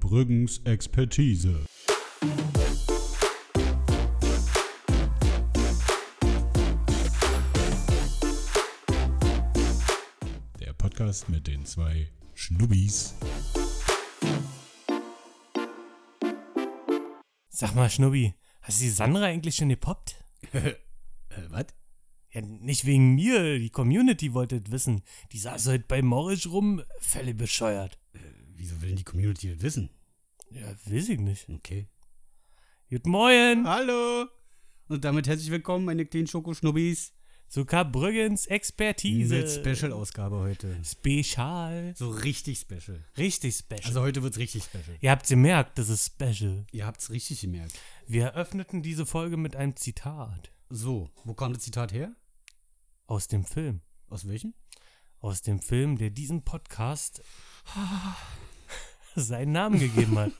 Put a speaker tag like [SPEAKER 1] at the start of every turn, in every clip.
[SPEAKER 1] Brüggens Expertise. Der Podcast mit den zwei Schnubbis.
[SPEAKER 2] Sag mal, Schnubbi, hast du die Sandra eigentlich schon gepoppt?
[SPEAKER 1] Äh, was?
[SPEAKER 2] Ja, nicht wegen mir, die Community wollte es wissen. Die saß heute bei Morris rum, Fälle bescheuert.
[SPEAKER 1] Wieso will denn die Community das wissen?
[SPEAKER 2] Ja, weiß ich nicht.
[SPEAKER 1] Okay.
[SPEAKER 2] Gut Morgen
[SPEAKER 1] Hallo! Und damit herzlich willkommen, meine kleinen Schokoschnubbis.
[SPEAKER 2] zu Karbrüggens Expertise.
[SPEAKER 1] Special-Ausgabe heute.
[SPEAKER 2] Special.
[SPEAKER 1] So richtig special.
[SPEAKER 2] Richtig special.
[SPEAKER 1] Also heute wird's richtig special.
[SPEAKER 2] Ihr habt gemerkt, das ist special.
[SPEAKER 1] Ihr habt's richtig gemerkt.
[SPEAKER 2] Wir eröffneten diese Folge mit einem Zitat
[SPEAKER 1] So, wo kam das Zitat her?
[SPEAKER 2] aus dem Film.
[SPEAKER 1] Aus welchem?
[SPEAKER 2] Aus dem Film, der diesen Podcast seinen Namen gegeben hat.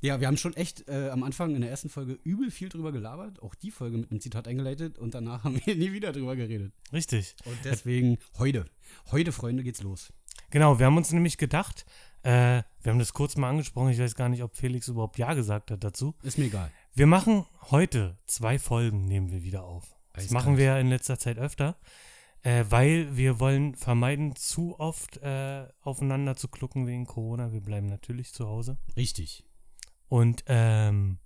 [SPEAKER 1] Ja, wir haben schon echt äh, am Anfang in der ersten Folge übel viel drüber gelabert, auch die Folge mit einem Zitat eingeleitet und danach haben wir nie wieder drüber geredet.
[SPEAKER 2] Richtig.
[SPEAKER 1] Und deswegen heute, heute Freunde geht's los.
[SPEAKER 2] Genau, wir haben uns nämlich gedacht, äh, wir haben das kurz mal angesprochen, ich weiß gar nicht, ob Felix überhaupt Ja gesagt hat dazu.
[SPEAKER 1] Ist mir egal.
[SPEAKER 2] Wir machen heute zwei Folgen, nehmen wir wieder auf. Das
[SPEAKER 1] Eiskalt.
[SPEAKER 2] machen wir ja in letzter Zeit öfter, äh, weil wir wollen vermeiden, zu oft äh, aufeinander zu klucken wegen Corona. Wir bleiben natürlich zu Hause.
[SPEAKER 1] Richtig.
[SPEAKER 2] Und ähm,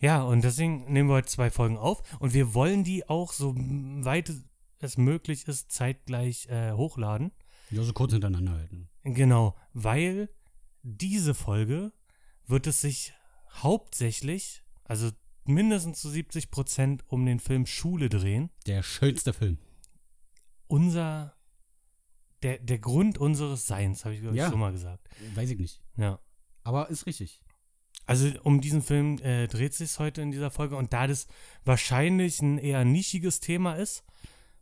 [SPEAKER 2] ja, und deswegen nehmen wir heute zwei Folgen auf und wir wollen die auch, so weit es möglich ist, zeitgleich äh, hochladen.
[SPEAKER 1] Ja, so kurz hintereinander halten.
[SPEAKER 2] Genau, weil diese Folge wird es sich hauptsächlich, also mindestens zu 70 Prozent um den Film Schule drehen.
[SPEAKER 1] Der schönste Film.
[SPEAKER 2] Unser, der, der Grund unseres Seins, habe ich glaube ich
[SPEAKER 1] Ja.
[SPEAKER 2] schon mal gesagt.
[SPEAKER 1] Weiß ich nicht.
[SPEAKER 2] Ja.
[SPEAKER 1] Aber ist richtig.
[SPEAKER 2] Also um diesen Film äh, dreht sich heute in dieser Folge und da das wahrscheinlich ein eher nischiges Thema ist,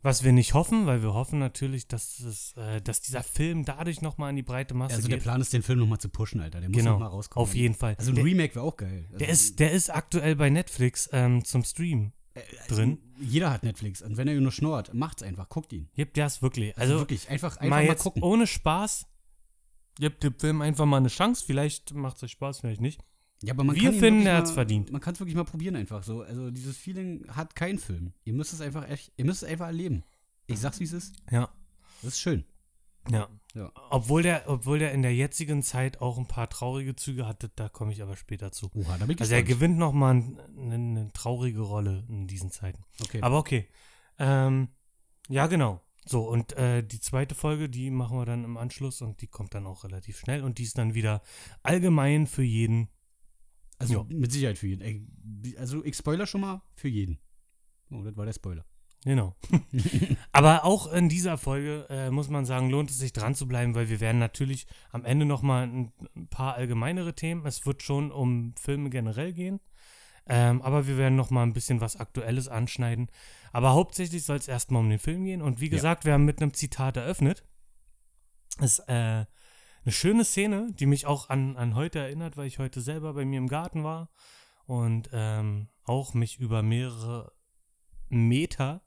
[SPEAKER 2] was wir nicht hoffen, weil wir hoffen natürlich, dass, es, äh, dass dieser Film dadurch nochmal in die breite Masse
[SPEAKER 1] Also der
[SPEAKER 2] geht.
[SPEAKER 1] Plan ist, den Film nochmal zu pushen, Alter. Der muss
[SPEAKER 2] Genau,
[SPEAKER 1] nochmal rauskommen.
[SPEAKER 2] auf jeden Fall.
[SPEAKER 1] Also ein
[SPEAKER 2] Der-
[SPEAKER 1] Remake wäre auch geil. Also,
[SPEAKER 2] Der ist, der ist aktuell bei Netflix ähm, zum Stream drin.
[SPEAKER 1] also Jeder hat Netflix. Und wenn er ihn nur schnurrt, macht's einfach. Guckt ihn.
[SPEAKER 2] Gibt ja es wirklich. Also,
[SPEAKER 1] wirklich, einfach, einfach
[SPEAKER 2] mal
[SPEAKER 1] mal,
[SPEAKER 2] jetzt oh,
[SPEAKER 1] gucken.
[SPEAKER 2] ohne Spaß. Gebt dem Film einfach mal eine Chance. Vielleicht macht es euch Spaß, vielleicht nicht.
[SPEAKER 1] Ja, aber man
[SPEAKER 2] Wir
[SPEAKER 1] kann ihn
[SPEAKER 2] finden,
[SPEAKER 1] wirklich
[SPEAKER 2] er hat's
[SPEAKER 1] mal-
[SPEAKER 2] verdient.
[SPEAKER 1] Man kann es wirklich mal probieren einfach so. Also dieses Feeling hat kein Film. Ihr müsst es einfach echt, ihr müsst es einfach erleben. Ich sag's, wie es ist.
[SPEAKER 2] Ja,
[SPEAKER 1] Das ist schön.
[SPEAKER 2] ja.
[SPEAKER 1] Ja.
[SPEAKER 2] Obwohl der, obwohl der in der jetzigen Zeit auch ein paar traurige Züge hatte, da komme ich aber später zu.
[SPEAKER 1] Oha, da bin ich
[SPEAKER 2] Also er
[SPEAKER 1] gespannt.
[SPEAKER 2] gewinnt nochmal eine, eine traurige Rolle in diesen Zeiten.
[SPEAKER 1] Okay.
[SPEAKER 2] Aber okay. Ähm, ja, genau. So, und äh, die zweite Folge, die machen wir dann im Anschluss und die kommt dann auch relativ schnell und die ist dann wieder allgemein für jeden.
[SPEAKER 1] also
[SPEAKER 2] ja.
[SPEAKER 1] mit Sicherheit für jeden. Ey, Also ich spoiler schon mal für jeden. Oh, das war der Spoiler.
[SPEAKER 2] Genau. Aber auch in dieser Folge, äh, muss man sagen, lohnt es sich dran zu bleiben, weil wir werden natürlich am Ende nochmal ein ein paar allgemeinere Themen. Es wird schon um Filme generell gehen. Ähm, aber wir werden nochmal ein bisschen was Aktuelles anschneiden. Aber hauptsächlich soll es erstmal um den Film gehen. Und wie
[SPEAKER 1] Ja.
[SPEAKER 2] gesagt, wir haben mit einem Zitat eröffnet. Ist äh, eine schöne Szene, die mich auch an, an heute erinnert, weil ich heute selber bei mir im Garten war und ähm, auch mich über mehrere Meter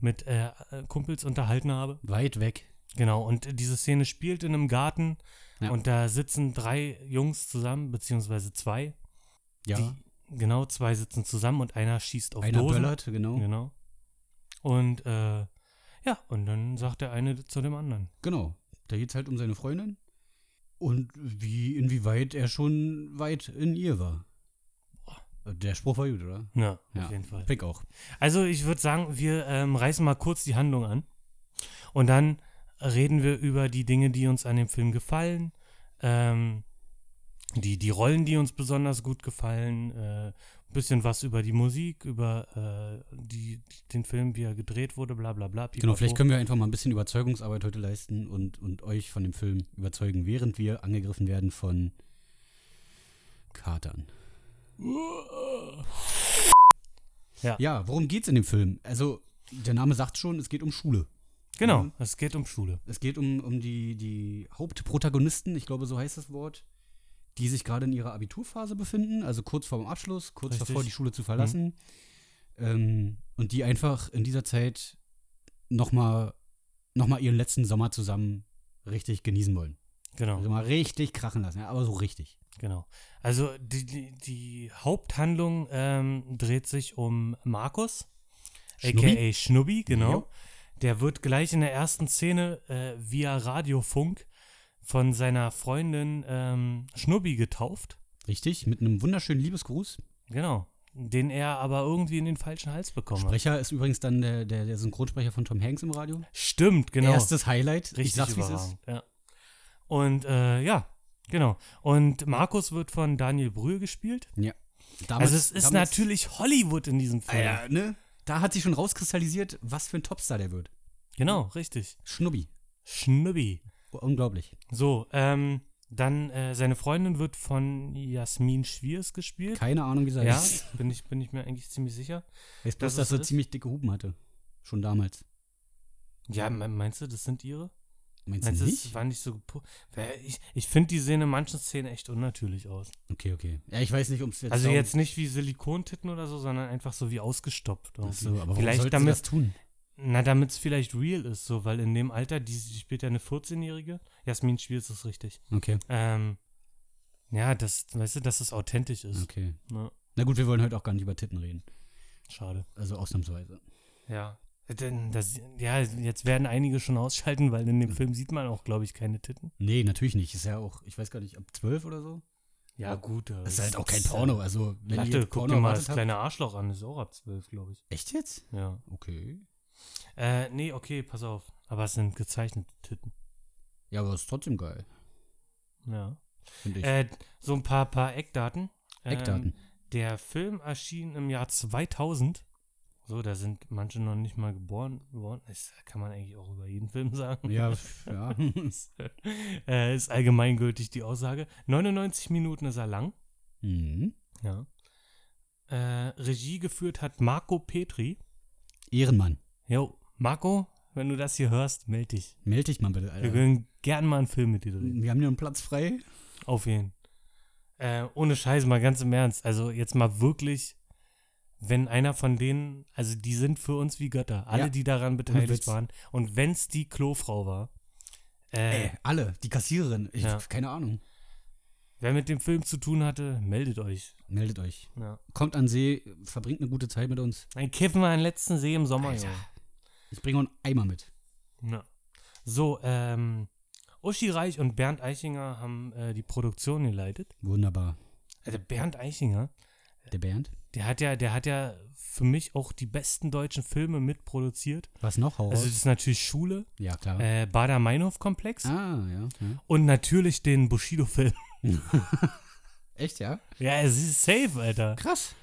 [SPEAKER 2] mit äh, Kumpels unterhalten habe.
[SPEAKER 1] Weit weg.
[SPEAKER 2] Genau, und diese Szene spielt in einem Garten
[SPEAKER 1] Ja.
[SPEAKER 2] und da sitzen drei Jungs zusammen, beziehungsweise zwei.
[SPEAKER 1] Ja.
[SPEAKER 2] Die, genau, zwei sitzen zusammen und einer schießt auf
[SPEAKER 1] Einer
[SPEAKER 2] Dosen.
[SPEAKER 1] böllert, genau.
[SPEAKER 2] Genau. Und äh, ja, und dann sagt der eine zu dem anderen.
[SPEAKER 1] Genau. Da geht's halt um seine Freundin. Und wie, inwieweit er schon weit in ihr war. Der Spruch war gut, oder?
[SPEAKER 2] Ja,
[SPEAKER 1] Ja.
[SPEAKER 2] auf jeden Fall.
[SPEAKER 1] Pick auch.
[SPEAKER 2] Also ich würde sagen, wir ähm, reißen mal kurz die Handlung an und dann reden wir über die Dinge, die uns an dem Film gefallen, ähm, die, die Rollen, die uns besonders gut gefallen, ein äh, bisschen was über die Musik, über äh, die, den Film, wie er gedreht wurde, bla bla bla.
[SPEAKER 1] Genau,
[SPEAKER 2] pipapo.
[SPEAKER 1] vielleicht können wir einfach mal ein bisschen Überzeugungsarbeit heute leisten und, und euch von dem Film überzeugen, während wir angegriffen werden von Katern.
[SPEAKER 2] Ja.
[SPEAKER 1] ja, worum geht's in dem Film? Also, der Name sagt schon, es geht um Schule.
[SPEAKER 2] Genau,
[SPEAKER 1] Mhm.
[SPEAKER 2] es geht um Schule.
[SPEAKER 1] Es geht um, um die, die Hauptprotagonisten, ich glaube, so heißt das Wort, die sich gerade in ihrer Abiturphase befinden, also kurz vor dem Abschluss, kurz
[SPEAKER 2] Richtig. Mhm.
[SPEAKER 1] davor, die Schule zu verlassen. Ähm, und die einfach in dieser Zeit nochmal noch mal ihren letzten Sommer zusammen richtig genießen wollen.
[SPEAKER 2] Genau.
[SPEAKER 1] Also mal richtig krachen lassen, ja, aber so richtig.
[SPEAKER 2] Genau. Also die, die, die Haupthandlung ähm, dreht sich um Markus,
[SPEAKER 1] Schnubbi?
[SPEAKER 2] a.k.a. Schnubbi, genau.
[SPEAKER 1] Jo.
[SPEAKER 2] Der wird gleich in der ersten Szene äh, via Radiofunk von seiner Freundin ähm, Schnubbi getauft.
[SPEAKER 1] Richtig, mit einem wunderschönen Liebesgruß.
[SPEAKER 2] Genau. Den er aber irgendwie in den falschen Hals bekommen hat.
[SPEAKER 1] Sprecher ist übrigens dann der, der, der Synchronsprecher von Tom Hanks im Radio.
[SPEAKER 2] Stimmt, genau.
[SPEAKER 1] Erstes Highlight.
[SPEAKER 2] Richtig
[SPEAKER 1] ich sag's, wie es ist.
[SPEAKER 2] überragend, Ja. Und äh, ja, genau. Und Markus wird von Daniel Brühl gespielt.
[SPEAKER 1] Damals-
[SPEAKER 2] also es ist
[SPEAKER 1] damals-
[SPEAKER 2] natürlich Hollywood in diesem Film.
[SPEAKER 1] Alter, ne? Da hat sich schon rauskristallisiert, was für ein Topstar der wird.
[SPEAKER 2] Genau, richtig.
[SPEAKER 1] Schnubbi.
[SPEAKER 2] Schnübbi.
[SPEAKER 1] Unglaublich.
[SPEAKER 2] So, ähm, dann äh, seine Freundin wird von Jasmin Schwiers gespielt.
[SPEAKER 1] Keine Ahnung, wie sie
[SPEAKER 2] Ja,
[SPEAKER 1] heißt.
[SPEAKER 2] bin ich, bin ich mir eigentlich ziemlich sicher. Dass
[SPEAKER 1] Weiß bloß,
[SPEAKER 2] es
[SPEAKER 1] dass
[SPEAKER 2] so
[SPEAKER 1] er
[SPEAKER 2] ist?
[SPEAKER 1] ziemlich dicke Huben hatte. Schon damals.
[SPEAKER 2] Ja, me- meinst du, das sind ihre?
[SPEAKER 1] Meinst
[SPEAKER 2] Meinst
[SPEAKER 1] du
[SPEAKER 2] du, das
[SPEAKER 1] nicht?
[SPEAKER 2] war nicht so gepo- Wer- Ich, ich finde, die sehen in manchen Szenen echt unnatürlich aus.
[SPEAKER 1] Okay, okay. Ja, ich weiß nicht, ob es jetzt.
[SPEAKER 2] Also
[SPEAKER 1] darum-
[SPEAKER 2] jetzt nicht wie Silikontitten oder so, sondern einfach so wie ausgestopft.
[SPEAKER 1] Ach
[SPEAKER 2] irgendwie.
[SPEAKER 1] so, aber warum
[SPEAKER 2] vielleicht
[SPEAKER 1] sollten sie
[SPEAKER 2] damit-
[SPEAKER 1] das tun?
[SPEAKER 2] Na, damit es vielleicht real ist, so, weil in dem Alter, die, die spielt ja eine 14-Jährige. Jasmin Schwiers ist richtig.
[SPEAKER 1] Okay,
[SPEAKER 2] Ähm, ja, das, weißt du, dass es authentisch ist.
[SPEAKER 1] okay.
[SPEAKER 2] Ne?
[SPEAKER 1] Na gut, wir wollen heute auch gar nicht über Titten reden.
[SPEAKER 2] Schade.
[SPEAKER 1] Also ausnahmsweise.
[SPEAKER 2] Ja. Denn das, ja, jetzt werden einige schon ausschalten, weil in dem Film sieht man auch, glaube ich, keine Titten.
[SPEAKER 1] Nee, natürlich nicht. Ist ja auch, ich weiß gar nicht, ab 12 oder so?
[SPEAKER 2] Ja, gut.
[SPEAKER 1] Das ist halt auch kein Porno. Also, wenn ihr
[SPEAKER 2] Latte,
[SPEAKER 1] jetzt
[SPEAKER 2] äh, guck
[SPEAKER 1] Porno
[SPEAKER 2] dir mal das
[SPEAKER 1] erwartet habt-
[SPEAKER 2] kleine Arschloch an, ist auch ab 12, glaube ich.
[SPEAKER 1] Echt jetzt?
[SPEAKER 2] Ja.
[SPEAKER 1] Okay.
[SPEAKER 2] Äh, nee, okay, pass auf. Aber es sind gezeichnete Titten.
[SPEAKER 1] Ja, aber ist trotzdem geil,
[SPEAKER 2] Ja.
[SPEAKER 1] finde ich.
[SPEAKER 2] Äh, so ein paar, paar Eckdaten. Ähm,
[SPEAKER 1] Eckdaten.
[SPEAKER 2] Der Film erschien im Jahr 2000. So, da sind manche noch nicht mal geboren worden. Das kann man eigentlich auch über jeden Film sagen.
[SPEAKER 1] Ja, pf, ja.
[SPEAKER 2] äh, ist allgemeingültig die Aussage. 99 Minuten ist er lang.
[SPEAKER 1] mhm.
[SPEAKER 2] Ja. Äh, Regie geführt hat Marco Petri.
[SPEAKER 1] Ehrenmann.
[SPEAKER 2] Jo, Marco, wenn du das hier hörst, meld dich.
[SPEAKER 1] Meld dich mal bitte,
[SPEAKER 2] Wir
[SPEAKER 1] Alter.
[SPEAKER 2] würden gern mal einen Film mit dir drehen.
[SPEAKER 1] Wir haben hier einen Platz frei.
[SPEAKER 2] Auf jeden. Äh, ohne Scheiße, mal ganz im Ernst. Also jetzt mal wirklich, wenn einer von denen, also die sind für uns wie Götter, alle,
[SPEAKER 1] Ja.
[SPEAKER 2] die daran beteiligt
[SPEAKER 1] Witz.
[SPEAKER 2] waren. Und wenn es die Klofrau war, äh,
[SPEAKER 1] Ey, alle. Die Kassiererin. Ich,
[SPEAKER 2] Ja.
[SPEAKER 1] Keine Ahnung.
[SPEAKER 2] wer mit dem Film zu tun hatte, meldet euch.
[SPEAKER 1] Meldet euch.
[SPEAKER 2] Ja.
[SPEAKER 1] Kommt an See, verbringt eine gute Zeit mit uns.
[SPEAKER 2] Dann kiffen wir einen letzten See im Sommer,
[SPEAKER 1] Alter.
[SPEAKER 2] Junge.
[SPEAKER 1] Ich bringe einen Eimer mit.
[SPEAKER 2] Ja. So, ähm, Uschi Reich und Bernd Eichinger haben äh, die Produktion geleitet.
[SPEAKER 1] Wunderbar.
[SPEAKER 2] Also Bernd Eichinger,
[SPEAKER 1] Der Bernd.
[SPEAKER 2] der hat ja, der hat ja für mich auch die besten deutschen Filme mitproduziert.
[SPEAKER 1] Was noch? Hau
[SPEAKER 2] Also
[SPEAKER 1] raus.
[SPEAKER 2] das ist natürlich Schule,
[SPEAKER 1] ja, klar.
[SPEAKER 2] äh, Bader-Meinhof-Komplex
[SPEAKER 1] ah, ja, ja.
[SPEAKER 2] und natürlich den Bushido-Film.
[SPEAKER 1] Echt, ja?
[SPEAKER 2] Ja, es ist safe, Alter.
[SPEAKER 1] Krass.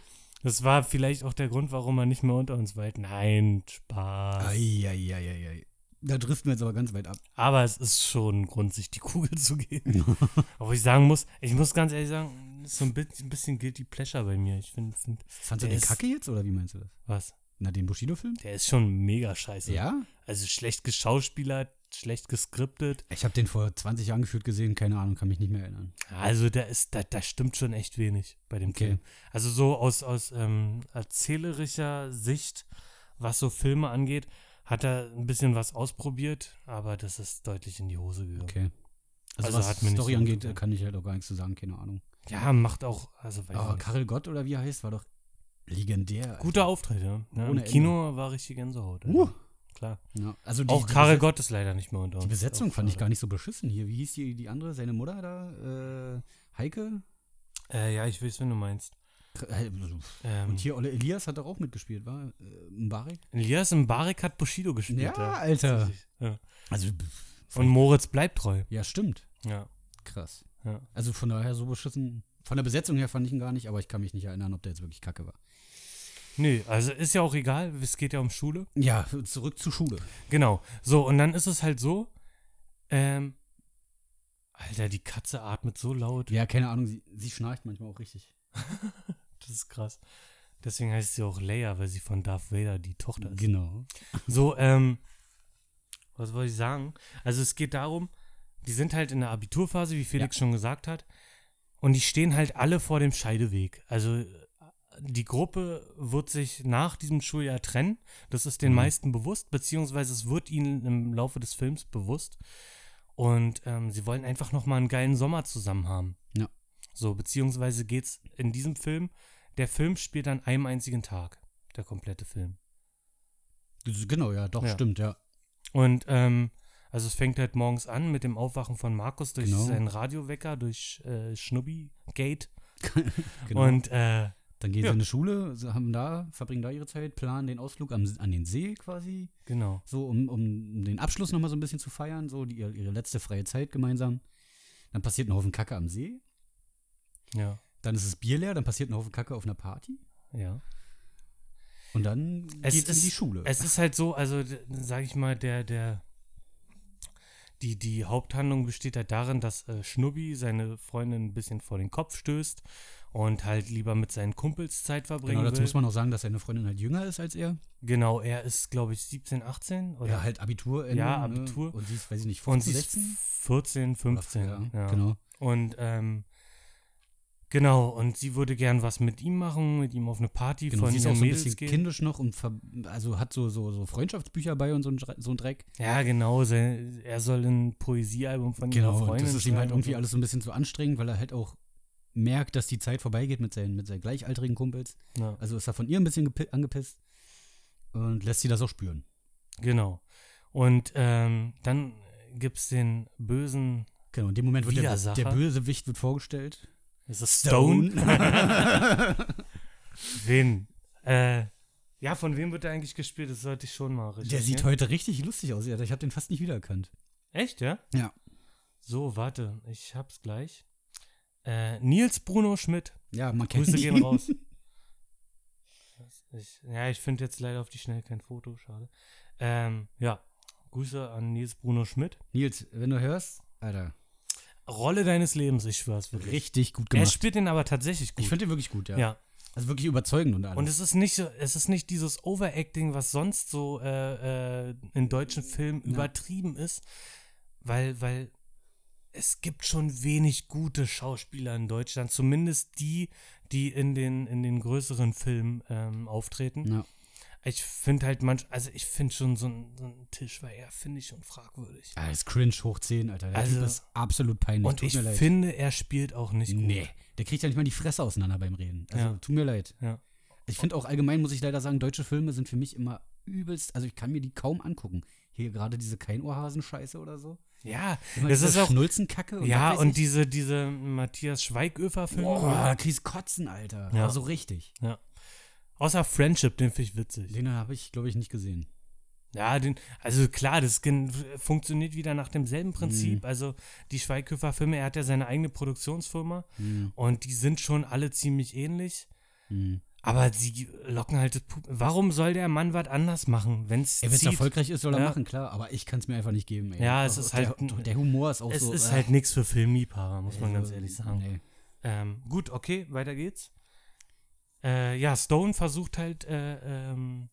[SPEAKER 2] Das war vielleicht auch der Grund, warum er nicht mehr unter uns weilt. Nein, Spaß.
[SPEAKER 1] Eieieiei. Da driften wir jetzt aber ganz weit ab.
[SPEAKER 2] Aber es ist schon ein Grund, sich die Kugel zu geben. Obwohl ich sagen muss, ich muss ganz ehrlich sagen, das ist so ein bisschen, ein bisschen Guilty Pleasure bei mir. Ich finde, find,
[SPEAKER 1] Fandst du
[SPEAKER 2] Der
[SPEAKER 1] den
[SPEAKER 2] ist-
[SPEAKER 1] Kacke jetzt oder wie meinst du das?
[SPEAKER 2] was?
[SPEAKER 1] Na, den Bushido-Film?
[SPEAKER 2] Der ist schon mega scheiße.
[SPEAKER 1] Ja?
[SPEAKER 2] Also schlecht geschauspielert, schlecht geskriptet.
[SPEAKER 1] Ich habe den vor 20 Jahren gefühlt gesehen, keine Ahnung, kann mich nicht mehr erinnern.
[SPEAKER 2] Also da ist, da, da stimmt schon echt wenig bei dem
[SPEAKER 1] Okay.
[SPEAKER 2] Film. Also so aus, aus ähm, erzählerischer Sicht, was so Filme angeht, hat er ein bisschen was ausprobiert, aber das ist deutlich in die Hose gegangen.
[SPEAKER 1] Okay. Also,
[SPEAKER 2] Also
[SPEAKER 1] was
[SPEAKER 2] hat mir nicht
[SPEAKER 1] Story
[SPEAKER 2] so
[SPEAKER 1] angeht,
[SPEAKER 2] gefallen.
[SPEAKER 1] kann ich halt auch gar nichts zu sagen, keine Ahnung.
[SPEAKER 2] Ja, macht auch, also weiß
[SPEAKER 1] Aber
[SPEAKER 2] ich nicht.
[SPEAKER 1] Oh, Karel Gott oder wie er heißt, war doch legendär.
[SPEAKER 2] Guter Auftritt, ja. ja
[SPEAKER 1] Ohne
[SPEAKER 2] Im Kino war richtig Gänsehaut.
[SPEAKER 1] Uh.
[SPEAKER 2] Klar.
[SPEAKER 1] Ja, also die,
[SPEAKER 2] auch
[SPEAKER 1] die,
[SPEAKER 2] Karel
[SPEAKER 1] Beset-
[SPEAKER 2] Gott ist leider nicht mehr unter uns.
[SPEAKER 1] die Besetzung
[SPEAKER 2] Auch
[SPEAKER 1] fand ich
[SPEAKER 2] schade.
[SPEAKER 1] gar nicht so beschissen hier. Wie hieß die, die andere, seine Mutter da? Äh, Heike?
[SPEAKER 2] Äh, ja, ich weiß, wen du meinst.
[SPEAKER 1] Kr- äh,
[SPEAKER 2] Ähm,
[SPEAKER 1] Und hier Olle Elias hat doch auch mitgespielt, war? Äh, Mbarek?
[SPEAKER 2] Elias Mbarek hat Bushido
[SPEAKER 1] Ja,
[SPEAKER 2] gespielt.
[SPEAKER 1] Alter.
[SPEAKER 2] Ja.
[SPEAKER 1] Also, pff,
[SPEAKER 2] Und Moritz bleibt treu.
[SPEAKER 1] ja, stimmt.
[SPEAKER 2] Ja.
[SPEAKER 1] Krass.
[SPEAKER 2] Ja.
[SPEAKER 1] Also von daher so beschissen. Von der Besetzung her fand ich ihn gar nicht, aber ich kann mich nicht erinnern, ob der jetzt wirklich kacke war.
[SPEAKER 2] Nö, also ist ja auch egal, es geht ja um Schule.
[SPEAKER 1] Ja, zurück zur Schule.
[SPEAKER 2] Genau. So, und dann ist es halt so, ähm, Alter, die Katze atmet so laut.
[SPEAKER 1] Ja, keine Ahnung, sie, sie schnarcht manchmal auch richtig.
[SPEAKER 2] Das ist krass. Deswegen heißt sie auch Leia, weil sie von Darth Vader die Tochter ist.
[SPEAKER 1] Genau.
[SPEAKER 2] So, ähm, was wollte ich sagen? Also es geht darum, die sind halt in der Abiturphase, wie Felix schon gesagt hat, und die stehen halt alle vor dem Scheideweg. Also äh, die Gruppe wird sich nach diesem Schuljahr trennen. Das ist den
[SPEAKER 1] Mhm.
[SPEAKER 2] meisten bewusst, beziehungsweise es wird ihnen im Laufe des Films bewusst. Und ähm, sie wollen einfach nochmal einen geilen Sommer zusammen haben.
[SPEAKER 1] Ja.
[SPEAKER 2] So, beziehungsweise geht's in diesem Film, der Film spielt an einem einzigen Tag, der komplette Film.
[SPEAKER 1] Das- Genau, ja, doch,
[SPEAKER 2] Ja.
[SPEAKER 1] stimmt, ja.
[SPEAKER 2] Und ähm, also es fängt halt morgens an mit dem Aufwachen von Markus durch
[SPEAKER 1] Genau.
[SPEAKER 2] seinen Radiowecker, durch äh, Schnubby Gate.
[SPEAKER 1] Genau.
[SPEAKER 2] Und äh,
[SPEAKER 1] Dann gehen
[SPEAKER 2] Ja.
[SPEAKER 1] sie in die Schule, sie haben da, verbringen da ihre Zeit, planen den Ausflug am, an den See quasi,
[SPEAKER 2] genau.
[SPEAKER 1] so um, um den Abschluss nochmal so ein bisschen zu feiern, so die, ihre ihre letzte freie Zeit gemeinsam. Dann passiert ein Haufen Kacke am See,
[SPEAKER 2] Ja.
[SPEAKER 1] dann ist es Bier leer, dann passiert ein Haufen Kacke auf einer Party
[SPEAKER 2] Ja.
[SPEAKER 1] und dann
[SPEAKER 2] Es
[SPEAKER 1] geht's in
[SPEAKER 2] ist-
[SPEAKER 1] die Schule.
[SPEAKER 2] Es ist halt so, also d- sag ich mal, der, der, die, die Haupthandlung besteht halt darin, dass äh, Schnubbi seine Freundin ein bisschen vor den Kopf stößt und halt lieber mit seinen Kumpels Zeit verbringen
[SPEAKER 1] genau, dazu
[SPEAKER 2] will.
[SPEAKER 1] muss man auch sagen, dass seine Freundin halt jünger ist als er.
[SPEAKER 2] genau, er ist, glaube ich, 17, 18 oder
[SPEAKER 1] ja, halt Abitur.
[SPEAKER 2] Ja,
[SPEAKER 1] ne?
[SPEAKER 2] Abitur.
[SPEAKER 1] Und sie ist, weiß ich nicht, 15,
[SPEAKER 2] und sie ist
[SPEAKER 1] 16?
[SPEAKER 2] 14, 15.
[SPEAKER 1] Ja,
[SPEAKER 2] ja.
[SPEAKER 1] Genau.
[SPEAKER 2] Und ähm, genau, und sie würde gern was mit ihm machen, mit ihm auf eine Party
[SPEAKER 1] genau.
[SPEAKER 2] von
[SPEAKER 1] Sie ist
[SPEAKER 2] ihren
[SPEAKER 1] auch so ein
[SPEAKER 2] Mädels
[SPEAKER 1] bisschen
[SPEAKER 2] gehen.
[SPEAKER 1] kindisch noch und ver also hat so, so, so Freundschaftsbücher bei und so ein, Dre- so ein Dreck.
[SPEAKER 2] Ja, genau, se- er soll ein Poesiealbum von ihrer
[SPEAKER 1] Genau, und
[SPEAKER 2] Freundin
[SPEAKER 1] das ist ihm halt
[SPEAKER 2] schreiben und
[SPEAKER 1] irgendwie alles so ein bisschen zu anstrengend, weil er halt auch merkt, dass die Zeit vorbeigeht mit seinen, mit seinen gleichaltrigen Kumpels.
[SPEAKER 2] so. Ja.
[SPEAKER 1] Also ist er von ihr ein bisschen gepi- angepisst und lässt sie das auch spüren.
[SPEAKER 2] Genau. Und ähm, dann gibt es den bösen.
[SPEAKER 1] Genau, in dem Moment wird der,
[SPEAKER 2] Widersacher.
[SPEAKER 1] der Bösewicht wird vorgestellt.
[SPEAKER 2] Ist es Stone? Wen? Äh, ja, von wem wird er eigentlich gespielt? Das sollte ich schon mal richtig.
[SPEAKER 1] der sieht heute richtig lustig aus. Alter. Ich habe den fast nicht wiedererkannt.
[SPEAKER 2] Echt, ja?
[SPEAKER 1] Ja.
[SPEAKER 2] So, warte, ich hab's gleich. Äh, Nils Bruno Schmidt.
[SPEAKER 1] Ja, man kennt
[SPEAKER 2] Grüße
[SPEAKER 1] ihn.
[SPEAKER 2] gehen raus. Das- Ich, ja, ich finde jetzt leider auf die Schnelle kein Foto, schade. Ähm, ja, Grüße an Nils Bruno Schmidt.
[SPEAKER 1] Nils, wenn du hörst, Alter,
[SPEAKER 2] Rolle deines Lebens, ich schwör's wirklich.
[SPEAKER 1] richtig gut
[SPEAKER 2] Er
[SPEAKER 1] gemacht.
[SPEAKER 2] spielt den aber tatsächlich gut.
[SPEAKER 1] Ich finde den wirklich gut, ja.
[SPEAKER 2] ja.
[SPEAKER 1] Also wirklich überzeugend und alles.
[SPEAKER 2] Und es ist nicht so, es ist nicht dieses Overacting, was sonst so äh, äh, in deutschen Filmen übertrieben ist, weil, weil es gibt schon wenig gute Schauspieler in Deutschland, zumindest die, die in den, in den größeren Filmen ähm, auftreten.
[SPEAKER 1] Ja.
[SPEAKER 2] Ich finde halt manch, also ich finde schon so einen so ein Tischweiher, finde ich schon fragwürdig.
[SPEAKER 1] ja, das Ah, ist cringe hoch 10, Alter. Der
[SPEAKER 2] Also-
[SPEAKER 1] typ ist absolut peinlich.
[SPEAKER 2] Und
[SPEAKER 1] tut
[SPEAKER 2] ich
[SPEAKER 1] mir leid.
[SPEAKER 2] finde, er spielt auch nicht gut.
[SPEAKER 1] Nee, der kriegt ja nicht mal die Fresse auseinander beim Reden. Also
[SPEAKER 2] Ja.
[SPEAKER 1] tut mir leid.
[SPEAKER 2] Ja.
[SPEAKER 1] Ich finde auch allgemein, muss ich leider sagen, deutsche Filme sind für mich immer übelst, also ich kann mir die kaum angucken. Hier gerade diese Keinohrhasen-Scheiße oder so.
[SPEAKER 2] Ja,
[SPEAKER 1] Immer
[SPEAKER 2] das
[SPEAKER 1] diese
[SPEAKER 2] ist auch.
[SPEAKER 1] Schnulzenkacke. Und
[SPEAKER 2] Ja,
[SPEAKER 1] was weiß
[SPEAKER 2] und
[SPEAKER 1] ich.
[SPEAKER 2] diese, diese Matthias Schweighöfer-Filme.
[SPEAKER 1] Boah, da kriegst du Kotzen, Alter.
[SPEAKER 2] Ja.
[SPEAKER 1] Ja. Aber so richtig.
[SPEAKER 2] Außer Friendship, den finde ich witzig.
[SPEAKER 1] Den habe ich, glaube ich, nicht gesehen.
[SPEAKER 2] Ja, den, also klar, das gen- funktioniert wieder nach demselben
[SPEAKER 1] Mhm.
[SPEAKER 2] Prinzip. Also die Schweighöfer-Filme, er hat ja seine eigene Produktionsfirma
[SPEAKER 1] Hm,
[SPEAKER 2] und die sind schon alle ziemlich ähnlich.
[SPEAKER 1] hm.
[SPEAKER 2] Aber sie locken halt das Pub- Warum soll der Mann was anders machen, wenn es
[SPEAKER 1] Ey, wenn es erfolgreich ist, soll er
[SPEAKER 2] Ja.
[SPEAKER 1] machen, klar. Aber ich kann es mir einfach nicht geben, ey.
[SPEAKER 2] Ja, es
[SPEAKER 1] Also
[SPEAKER 2] ist halt
[SPEAKER 1] Der,
[SPEAKER 2] ein-
[SPEAKER 1] der Humor ist auch
[SPEAKER 2] Es
[SPEAKER 1] so.
[SPEAKER 2] ist
[SPEAKER 1] äh,
[SPEAKER 2] halt nichts für Filmliebhaber, muss man
[SPEAKER 1] also,
[SPEAKER 2] ganz ehrlich sagen.
[SPEAKER 1] Nee.
[SPEAKER 2] Ähm, gut, okay, weiter geht's. Äh, ja, Stone versucht halt, äh, ähm,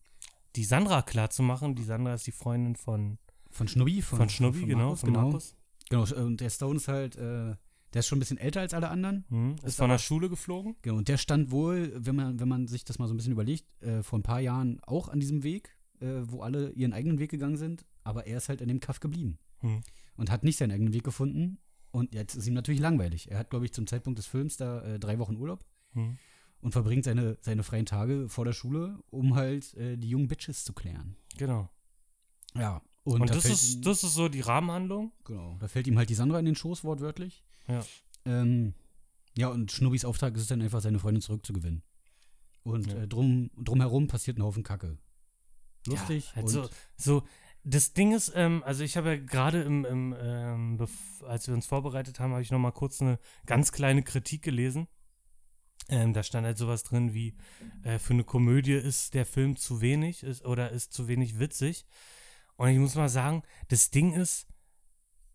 [SPEAKER 2] die Sandra klarzumachen. Die Sandra ist die Freundin von,
[SPEAKER 1] Von Schnubbi?
[SPEAKER 2] von, Schnubbi, genau,
[SPEAKER 1] Markus,
[SPEAKER 2] von Markus.
[SPEAKER 1] Genau, sch- und der Stone ist halt, äh, der ist schon ein bisschen älter als alle anderen.
[SPEAKER 2] Mhm. Ist, von der Schule geflogen?
[SPEAKER 1] Genau, und der stand wohl, wenn man, wenn man sich das mal so ein bisschen überlegt, äh, vor ein paar Jahren auch an diesem Weg, äh, wo alle ihren eigenen Weg gegangen sind, aber er ist halt in dem Kaff geblieben
[SPEAKER 2] Hm.
[SPEAKER 1] und hat nicht seinen eigenen Weg gefunden. Und jetzt ist ihm natürlich langweilig. Er hat, glaube ich, zum Zeitpunkt des Films da äh, drei Wochen Urlaub
[SPEAKER 2] Hm.
[SPEAKER 1] und verbringt seine, seine freien Tage vor der Schule, um halt äh, die jungen Bitches zu klären.
[SPEAKER 2] Genau.
[SPEAKER 1] Ja.
[SPEAKER 2] Und,
[SPEAKER 1] da
[SPEAKER 2] das,
[SPEAKER 1] fällt
[SPEAKER 2] ist,
[SPEAKER 1] ihm-
[SPEAKER 2] das ist so die Rahmenhandlung.
[SPEAKER 1] Genau. Da fällt ihm halt die Sandra in den Schoß, wortwörtlich.
[SPEAKER 2] Ja.
[SPEAKER 1] Ähm, ja, und Schnubbis Auftrag ist es dann einfach, seine Freundin zurückzugewinnen. Und
[SPEAKER 2] Ja.
[SPEAKER 1] äh, drum, drumherum passiert ein Haufen Kacke. Lustig.
[SPEAKER 2] Ja, also,
[SPEAKER 1] und,
[SPEAKER 2] so, das Ding ist, ähm, also ich habe ja gerade im, im ähm, bef- als wir uns vorbereitet haben, habe ich noch mal kurz eine ganz kleine Kritik gelesen. Ähm, da stand halt sowas drin wie, äh, für eine Komödie ist der Film zu wenig ist, oder ist zu wenig witzig. Und ich muss mal sagen, das Ding ist,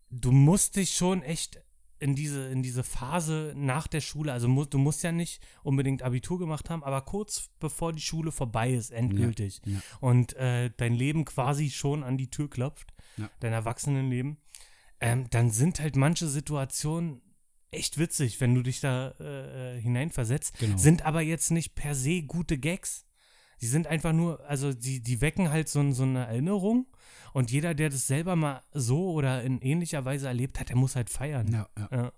[SPEAKER 2] du musst dich schon echt in diese, in diese Phase nach der Schule, also mu du musst ja nicht unbedingt Abitur gemacht haben, aber kurz bevor die Schule vorbei ist, endgültig,
[SPEAKER 1] ja.
[SPEAKER 2] und äh, dein Leben quasi schon an die Tür klopft,
[SPEAKER 1] Ja.
[SPEAKER 2] dein Erwachsenenleben, ähm, dann sind halt manche Situationen echt witzig, wenn du dich da äh, äh, hineinversetzt
[SPEAKER 1] genau.
[SPEAKER 2] sind aber jetzt nicht per se gute Gags. Die sind einfach nur, also die, die wecken halt so, ein- so eine Erinnerung und jeder, der das selber mal so oder in ähnlicher Weise erlebt hat, der muss halt feiern.
[SPEAKER 1] ja, ja.
[SPEAKER 2] Ja.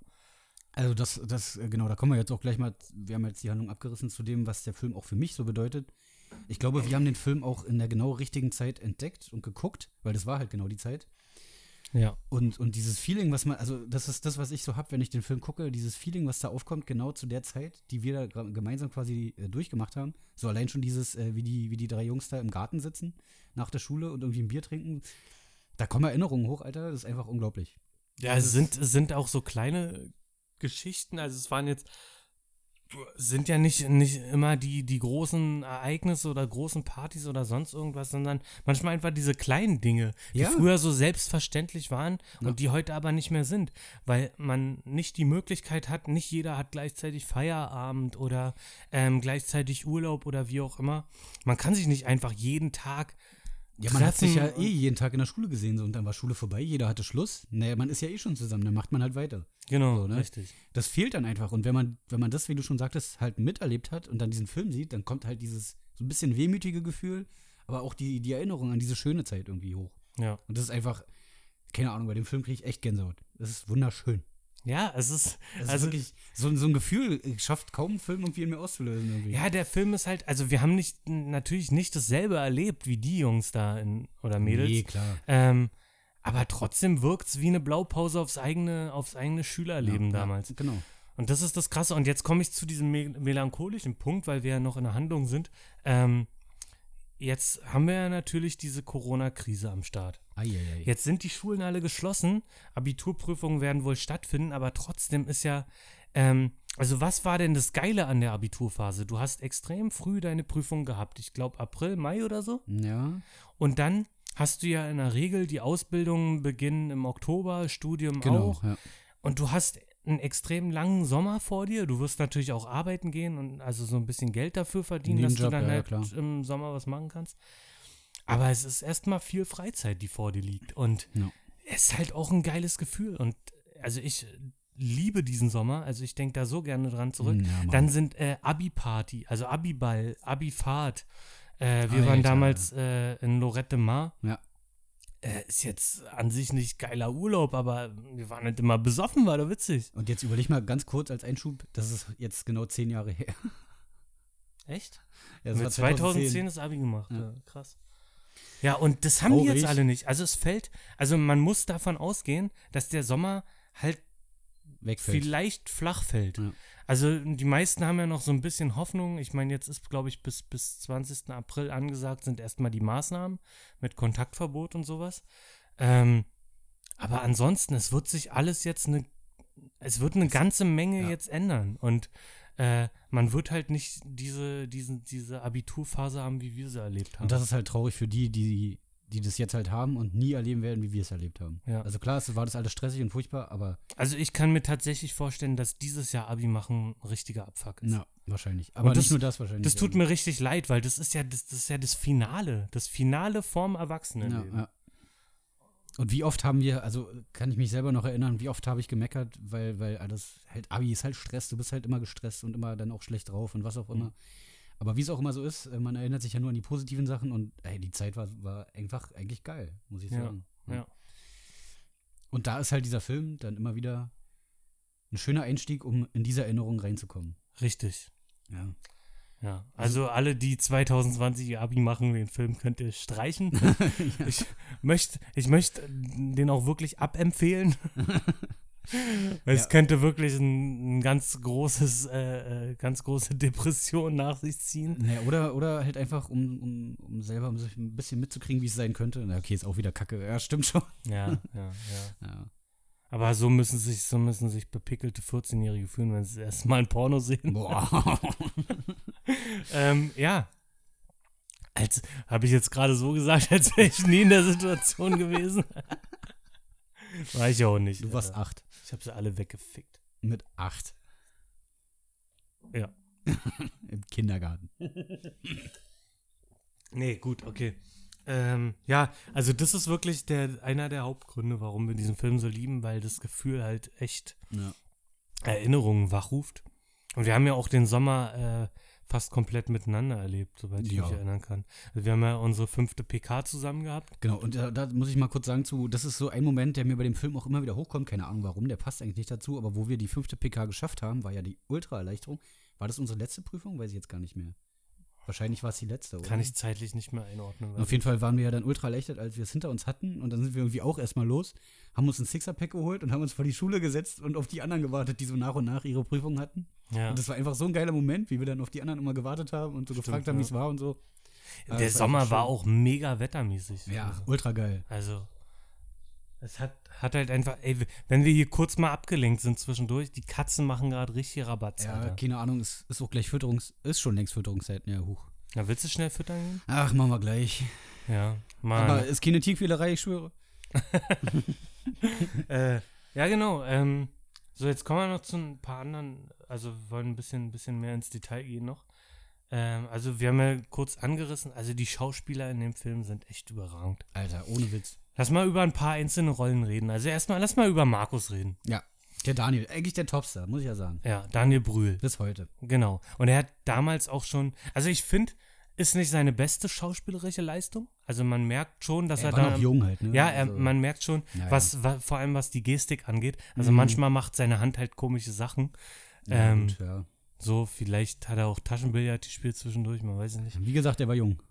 [SPEAKER 1] Also das, das, äh, genau, da kommen wir jetzt auch gleich mal, wir haben jetzt die Handlung abgerissen zu dem, was der Film auch für mich so bedeutet. Ich glaube, wir haben den Film auch in der genau richtigen Zeit entdeckt und geguckt, weil das war halt genau die Zeit.
[SPEAKER 2] Ja.
[SPEAKER 1] Und, und dieses Feeling, was man, also das ist das, was ich so habe, wenn ich den Film gucke, dieses Feeling, was da aufkommt, genau zu der Zeit, die wir da gra- gemeinsam quasi äh, durchgemacht haben. So allein schon dieses, äh, wie, die, wie die drei Jungs da im Garten sitzen, nach der Schule und irgendwie ein Bier trinken. Da kommen Erinnerungen hoch, Alter, das ist einfach unglaublich.
[SPEAKER 2] Ja, es sind, es sind auch so kleine Geschichten. Also es waren jetzt, sind ja nicht, nicht immer die, die großen Ereignisse oder großen Partys oder sonst irgendwas, sondern manchmal einfach diese kleinen Dinge, die
[SPEAKER 1] Ja.
[SPEAKER 2] früher so selbstverständlich waren
[SPEAKER 1] Ja.
[SPEAKER 2] und die heute aber nicht mehr sind, weil man nicht die Möglichkeit hat, nicht jeder hat gleichzeitig Feierabend oder ähm, gleichzeitig Urlaub oder wie auch immer. Man kann sich nicht einfach jeden Tag
[SPEAKER 1] Ja, man hat sich ja
[SPEAKER 2] treffen
[SPEAKER 1] eh jeden Tag in der Schule gesehen so, und dann war Schule vorbei, jeder hatte Schluss. Naja, man ist ja eh schon zusammen, dann macht man halt weiter.
[SPEAKER 2] Genau,
[SPEAKER 1] So, ne?
[SPEAKER 2] richtig.
[SPEAKER 1] Das fehlt dann einfach. Und wenn man, wenn man das, wie du schon sagtest, halt miterlebt hat und dann diesen Film sieht, dann kommt halt dieses so ein bisschen wehmütige Gefühl, aber auch die, die Erinnerung an diese schöne Zeit irgendwie hoch.
[SPEAKER 2] Ja.
[SPEAKER 1] Und das ist einfach, keine Ahnung, bei dem Film kriege ich echt Gänsehaut. Das ist wunderschön.
[SPEAKER 2] Ja, es ist,
[SPEAKER 1] Das
[SPEAKER 2] Also-
[SPEAKER 1] also ist wirklich, so, ein- so ein Gefühl äh, schafft kaum ein Film irgendwie in mir auszulösen. Irgendwie.
[SPEAKER 2] Ja, der Film ist halt, also wir haben nicht natürlich nicht dasselbe erlebt wie die Jungs da in, oder Mädels.
[SPEAKER 1] Nee, klar.
[SPEAKER 2] Ähm, aber trotzdem wirkt es wie eine Blaupause aufs eigene, aufs eigene Schülerleben
[SPEAKER 1] Ja, ja,
[SPEAKER 2] damals.
[SPEAKER 1] Genau.
[SPEAKER 2] Und das ist das Krasse. Und jetzt komme ich zu diesem me melancholischen Punkt, weil wir ja noch in der Handlung sind. Ähm, jetzt haben wir ja natürlich diese Corona-Krise am Start.
[SPEAKER 1] Eieiei.
[SPEAKER 2] Jetzt sind die Schulen alle geschlossen, Abiturprüfungen werden wohl stattfinden, aber trotzdem ist ja, ähm, also was war denn das Geile an der Abiturphase? Du hast extrem früh deine Prüfung gehabt, ich glaube April, Mai oder so.
[SPEAKER 1] Ja,
[SPEAKER 2] Und dann hast du ja in der Regel die Ausbildungen beginnen im Oktober, Studium
[SPEAKER 1] genau.
[SPEAKER 2] auch.
[SPEAKER 1] Ja.
[SPEAKER 2] Und du hast einen extrem langen Sommer vor dir. Du wirst natürlich auch arbeiten gehen und also so ein bisschen Geld dafür verdienen, dass du
[SPEAKER 1] Nebenjob,
[SPEAKER 2] dann
[SPEAKER 1] ja, ja,
[SPEAKER 2] halt
[SPEAKER 1] klar.
[SPEAKER 2] im Sommer was machen kannst. Aber es ist erstmal viel Freizeit, die vor dir liegt. Und
[SPEAKER 1] Ja.
[SPEAKER 2] es ist halt auch ein geiles Gefühl. Und also ich liebe diesen Sommer. Also ich denke da so gerne dran zurück.
[SPEAKER 1] Ja, Mann.
[SPEAKER 2] dann sind äh, Abi-Party, also Abi-Ball, Abi-Fahrt. Äh, wir waren
[SPEAKER 1] Alter.
[SPEAKER 2] damals äh, in Lorette de Mar.
[SPEAKER 1] Ja.
[SPEAKER 2] Äh, ist jetzt an sich nicht geiler Urlaub, aber wir waren halt immer besoffen, war doch witzig.
[SPEAKER 1] Und jetzt überleg mal ganz kurz als Einschub, das ist jetzt genau zehn Jahre her. Also
[SPEAKER 2] Echt?
[SPEAKER 1] Ja, das
[SPEAKER 2] Mit
[SPEAKER 1] war
[SPEAKER 2] 2010 das Abi gemacht. Ja.
[SPEAKER 1] Ja.
[SPEAKER 2] krass. Ja, und das haben die
[SPEAKER 1] Traurig.
[SPEAKER 2] jetzt alle nicht. Also es fällt, also man muss davon ausgehen, dass der Sommer halt
[SPEAKER 1] Wegfällt.
[SPEAKER 2] vielleicht flach fällt.
[SPEAKER 1] Ja.
[SPEAKER 2] Also die meisten haben ja noch so ein bisschen Hoffnung. Ich meine, jetzt ist, glaube ich, bis, bis 20. April angesagt, sind erstmal die Maßnahmen mit Kontaktverbot und sowas. Ähm, aber ansonsten, es wird sich alles jetzt eine, es wird eine ganze Menge
[SPEAKER 1] ja.
[SPEAKER 2] jetzt ändern. Und äh, man wird halt nicht diese, diesen, diese Abiturphase haben, wie wir sie erlebt haben.
[SPEAKER 1] Und das ist halt traurig für die, die, die das jetzt halt haben und nie erleben werden, wie wir es erlebt haben.
[SPEAKER 2] Ja.
[SPEAKER 1] Also klar, es war das alles stressig und furchtbar, aber
[SPEAKER 2] also ich kann mir tatsächlich vorstellen, dass dieses Jahr Abi machen ein richtiger Abfuck ist.
[SPEAKER 1] na, wahrscheinlich. Aber
[SPEAKER 2] das-
[SPEAKER 1] nicht nur das wahrscheinlich.
[SPEAKER 2] Das tut mir richtig leid, weil das ist ja das, das ist ja das Finale, das Finale vorm
[SPEAKER 1] ja,
[SPEAKER 2] Erwachsenenleben.
[SPEAKER 1] ja. Und wie oft haben wir, also kann ich mich selber noch erinnern, wie oft habe ich gemeckert, weil, weil alles halt, Abi ist halt Stress, du bist halt immer gestresst und immer dann auch schlecht drauf und was auch
[SPEAKER 2] Mhm.
[SPEAKER 1] immer. Aber wie es auch immer so ist, äh, man erinnert sich ja nur an die positiven Sachen und ey, die Zeit war, war einfach eigentlich geil, muss ich
[SPEAKER 2] Ja,
[SPEAKER 1] sagen.
[SPEAKER 2] ja.
[SPEAKER 1] Und da ist halt dieser Film dann immer wieder ein schöner Einstieg, um in diese Erinnerung reinzukommen.
[SPEAKER 2] Richtig.
[SPEAKER 1] Ja.
[SPEAKER 2] Ja. Also alle, die 2020 ihr Abi machen, den Film könnt ihr streichen. Ich möchte ich möchte den auch wirklich abempfehlen. Weil es
[SPEAKER 1] Ja.
[SPEAKER 2] könnte wirklich ein, ein ganz großes, äh, äh, ganz große Depression nach sich ziehen.
[SPEAKER 1] Naja, oder, oder halt einfach, um, um, um selber um sich ein bisschen mitzukriegen, wie es sein könnte. Na, okay, ist auch wieder Kacke. Ja, stimmt schon.
[SPEAKER 2] Ja, ja, ja.
[SPEAKER 1] Ja.
[SPEAKER 2] Aber so müssen sich, so müssen sich bepickelte 14-Jährige fühlen, wenn sie das erste Mal ein Porno sehen.
[SPEAKER 1] Boah.
[SPEAKER 2] Ähm, ja. Als habe ich jetzt gerade so gesagt, als wäre ich nie in der Situation gewesen. War ich auch nicht.
[SPEAKER 1] Du warst
[SPEAKER 2] Alter.
[SPEAKER 1] acht.
[SPEAKER 2] Ich habe sie alle weggefickt.
[SPEAKER 1] Mit acht.
[SPEAKER 2] Ja.
[SPEAKER 1] Im Kindergarten.
[SPEAKER 2] Nee, gut, okay. Ähm, ja, also das ist wirklich der, einer der Hauptgründe, warum wir diesen Film so lieben, weil das Gefühl halt echt
[SPEAKER 1] Ja.
[SPEAKER 2] Erinnerungen wachruft. Und wir haben ja auch den Sommer äh, fast komplett miteinander erlebt, soweit ich
[SPEAKER 1] Ja.
[SPEAKER 2] mich erinnern kann. Also wir haben ja unsere fünfte PK zusammen gehabt.
[SPEAKER 1] Genau, und da, da muss ich mal kurz sagen zu, das ist so ein Moment, der mir bei dem Film auch immer wieder hochkommt, keine Ahnung warum, der passt eigentlich nicht dazu, aber wo wir die fünfte PK geschafft haben, war ja die Ultraerleichterung. War das unsere letzte Prüfung? Weiß ich jetzt gar nicht mehr. Wahrscheinlich war es die letzte, oder?
[SPEAKER 2] Kann ich zeitlich nicht mehr einordnen.
[SPEAKER 1] Und auf jeden Fall waren wir ja dann ultra erleichtert, als wir es hinter uns hatten. Und dann sind wir irgendwie auch erstmal los, haben uns ein Sixer-Pack geholt und haben uns vor die Schule gesetzt und auf die anderen gewartet, die so nach und nach ihre Prüfung hatten.
[SPEAKER 2] ja.
[SPEAKER 1] Und das war einfach so ein geiler Moment, wie wir dann auf die anderen immer gewartet haben und so
[SPEAKER 2] Stimmt,
[SPEAKER 1] gefragt haben, wie es
[SPEAKER 2] ja.
[SPEAKER 1] war und so.
[SPEAKER 2] Der
[SPEAKER 1] das war
[SPEAKER 2] Sommer
[SPEAKER 1] echt
[SPEAKER 2] war
[SPEAKER 1] schön.
[SPEAKER 2] auch mega wettermäßig.
[SPEAKER 1] Ja, ultra geil.
[SPEAKER 2] Also, es hat, hat halt einfach, ey, wenn wir hier kurz mal abgelenkt sind zwischendurch, die Katzen machen gerade richtig Rabatz.
[SPEAKER 1] Ja,
[SPEAKER 2] Alter.
[SPEAKER 1] keine Ahnung, ist, ist auch gleich Fütterungs-, ist schon längst Fütterungszeit, ja, hoch.
[SPEAKER 2] Na, willst du schnell füttern gehen?
[SPEAKER 1] Ach, machen wir gleich.
[SPEAKER 2] Ja, Mann.
[SPEAKER 1] Aber ist keine Tierquälerei, ich schwöre.
[SPEAKER 2] äh, ja, genau. Ähm, so, jetzt kommen wir noch zu ein paar anderen. Also, wir wollen ein bisschen, bisschen mehr ins Detail gehen noch. Ähm, also, wir haben ja kurz angerissen. Also, die Schauspieler in dem Film sind echt überragend.
[SPEAKER 1] Alter, ohne Witz.
[SPEAKER 2] Lass mal über ein paar einzelne Rollen reden. Also, erstmal, lass mal über Markus reden.
[SPEAKER 1] Ja, der Daniel, eigentlich der Topstar, muss ich ja sagen.
[SPEAKER 2] Ja, Daniel Brühl.
[SPEAKER 1] Bis heute.
[SPEAKER 2] Genau. Und er hat damals auch schon. Also, ich finde, ist nicht seine beste schauspielerische Leistung. Also, man merkt schon, dass
[SPEAKER 1] Er
[SPEAKER 2] er,
[SPEAKER 1] war
[SPEAKER 2] da.
[SPEAKER 1] noch jung halt, ne?
[SPEAKER 2] Ja, er,
[SPEAKER 1] Also-
[SPEAKER 2] man merkt schon,
[SPEAKER 1] Ja, ja.
[SPEAKER 2] was, wa- vor allem was die Gestik angeht. Also
[SPEAKER 1] Mhm.
[SPEAKER 2] manchmal macht seine Hand halt komische Sachen.
[SPEAKER 1] Ja,
[SPEAKER 2] ähm,
[SPEAKER 1] gut, ja.
[SPEAKER 2] So, vielleicht hat er auch Taschenbillard gespielt zwischendurch, man weiß es nicht.
[SPEAKER 1] Wie gesagt, er war jung.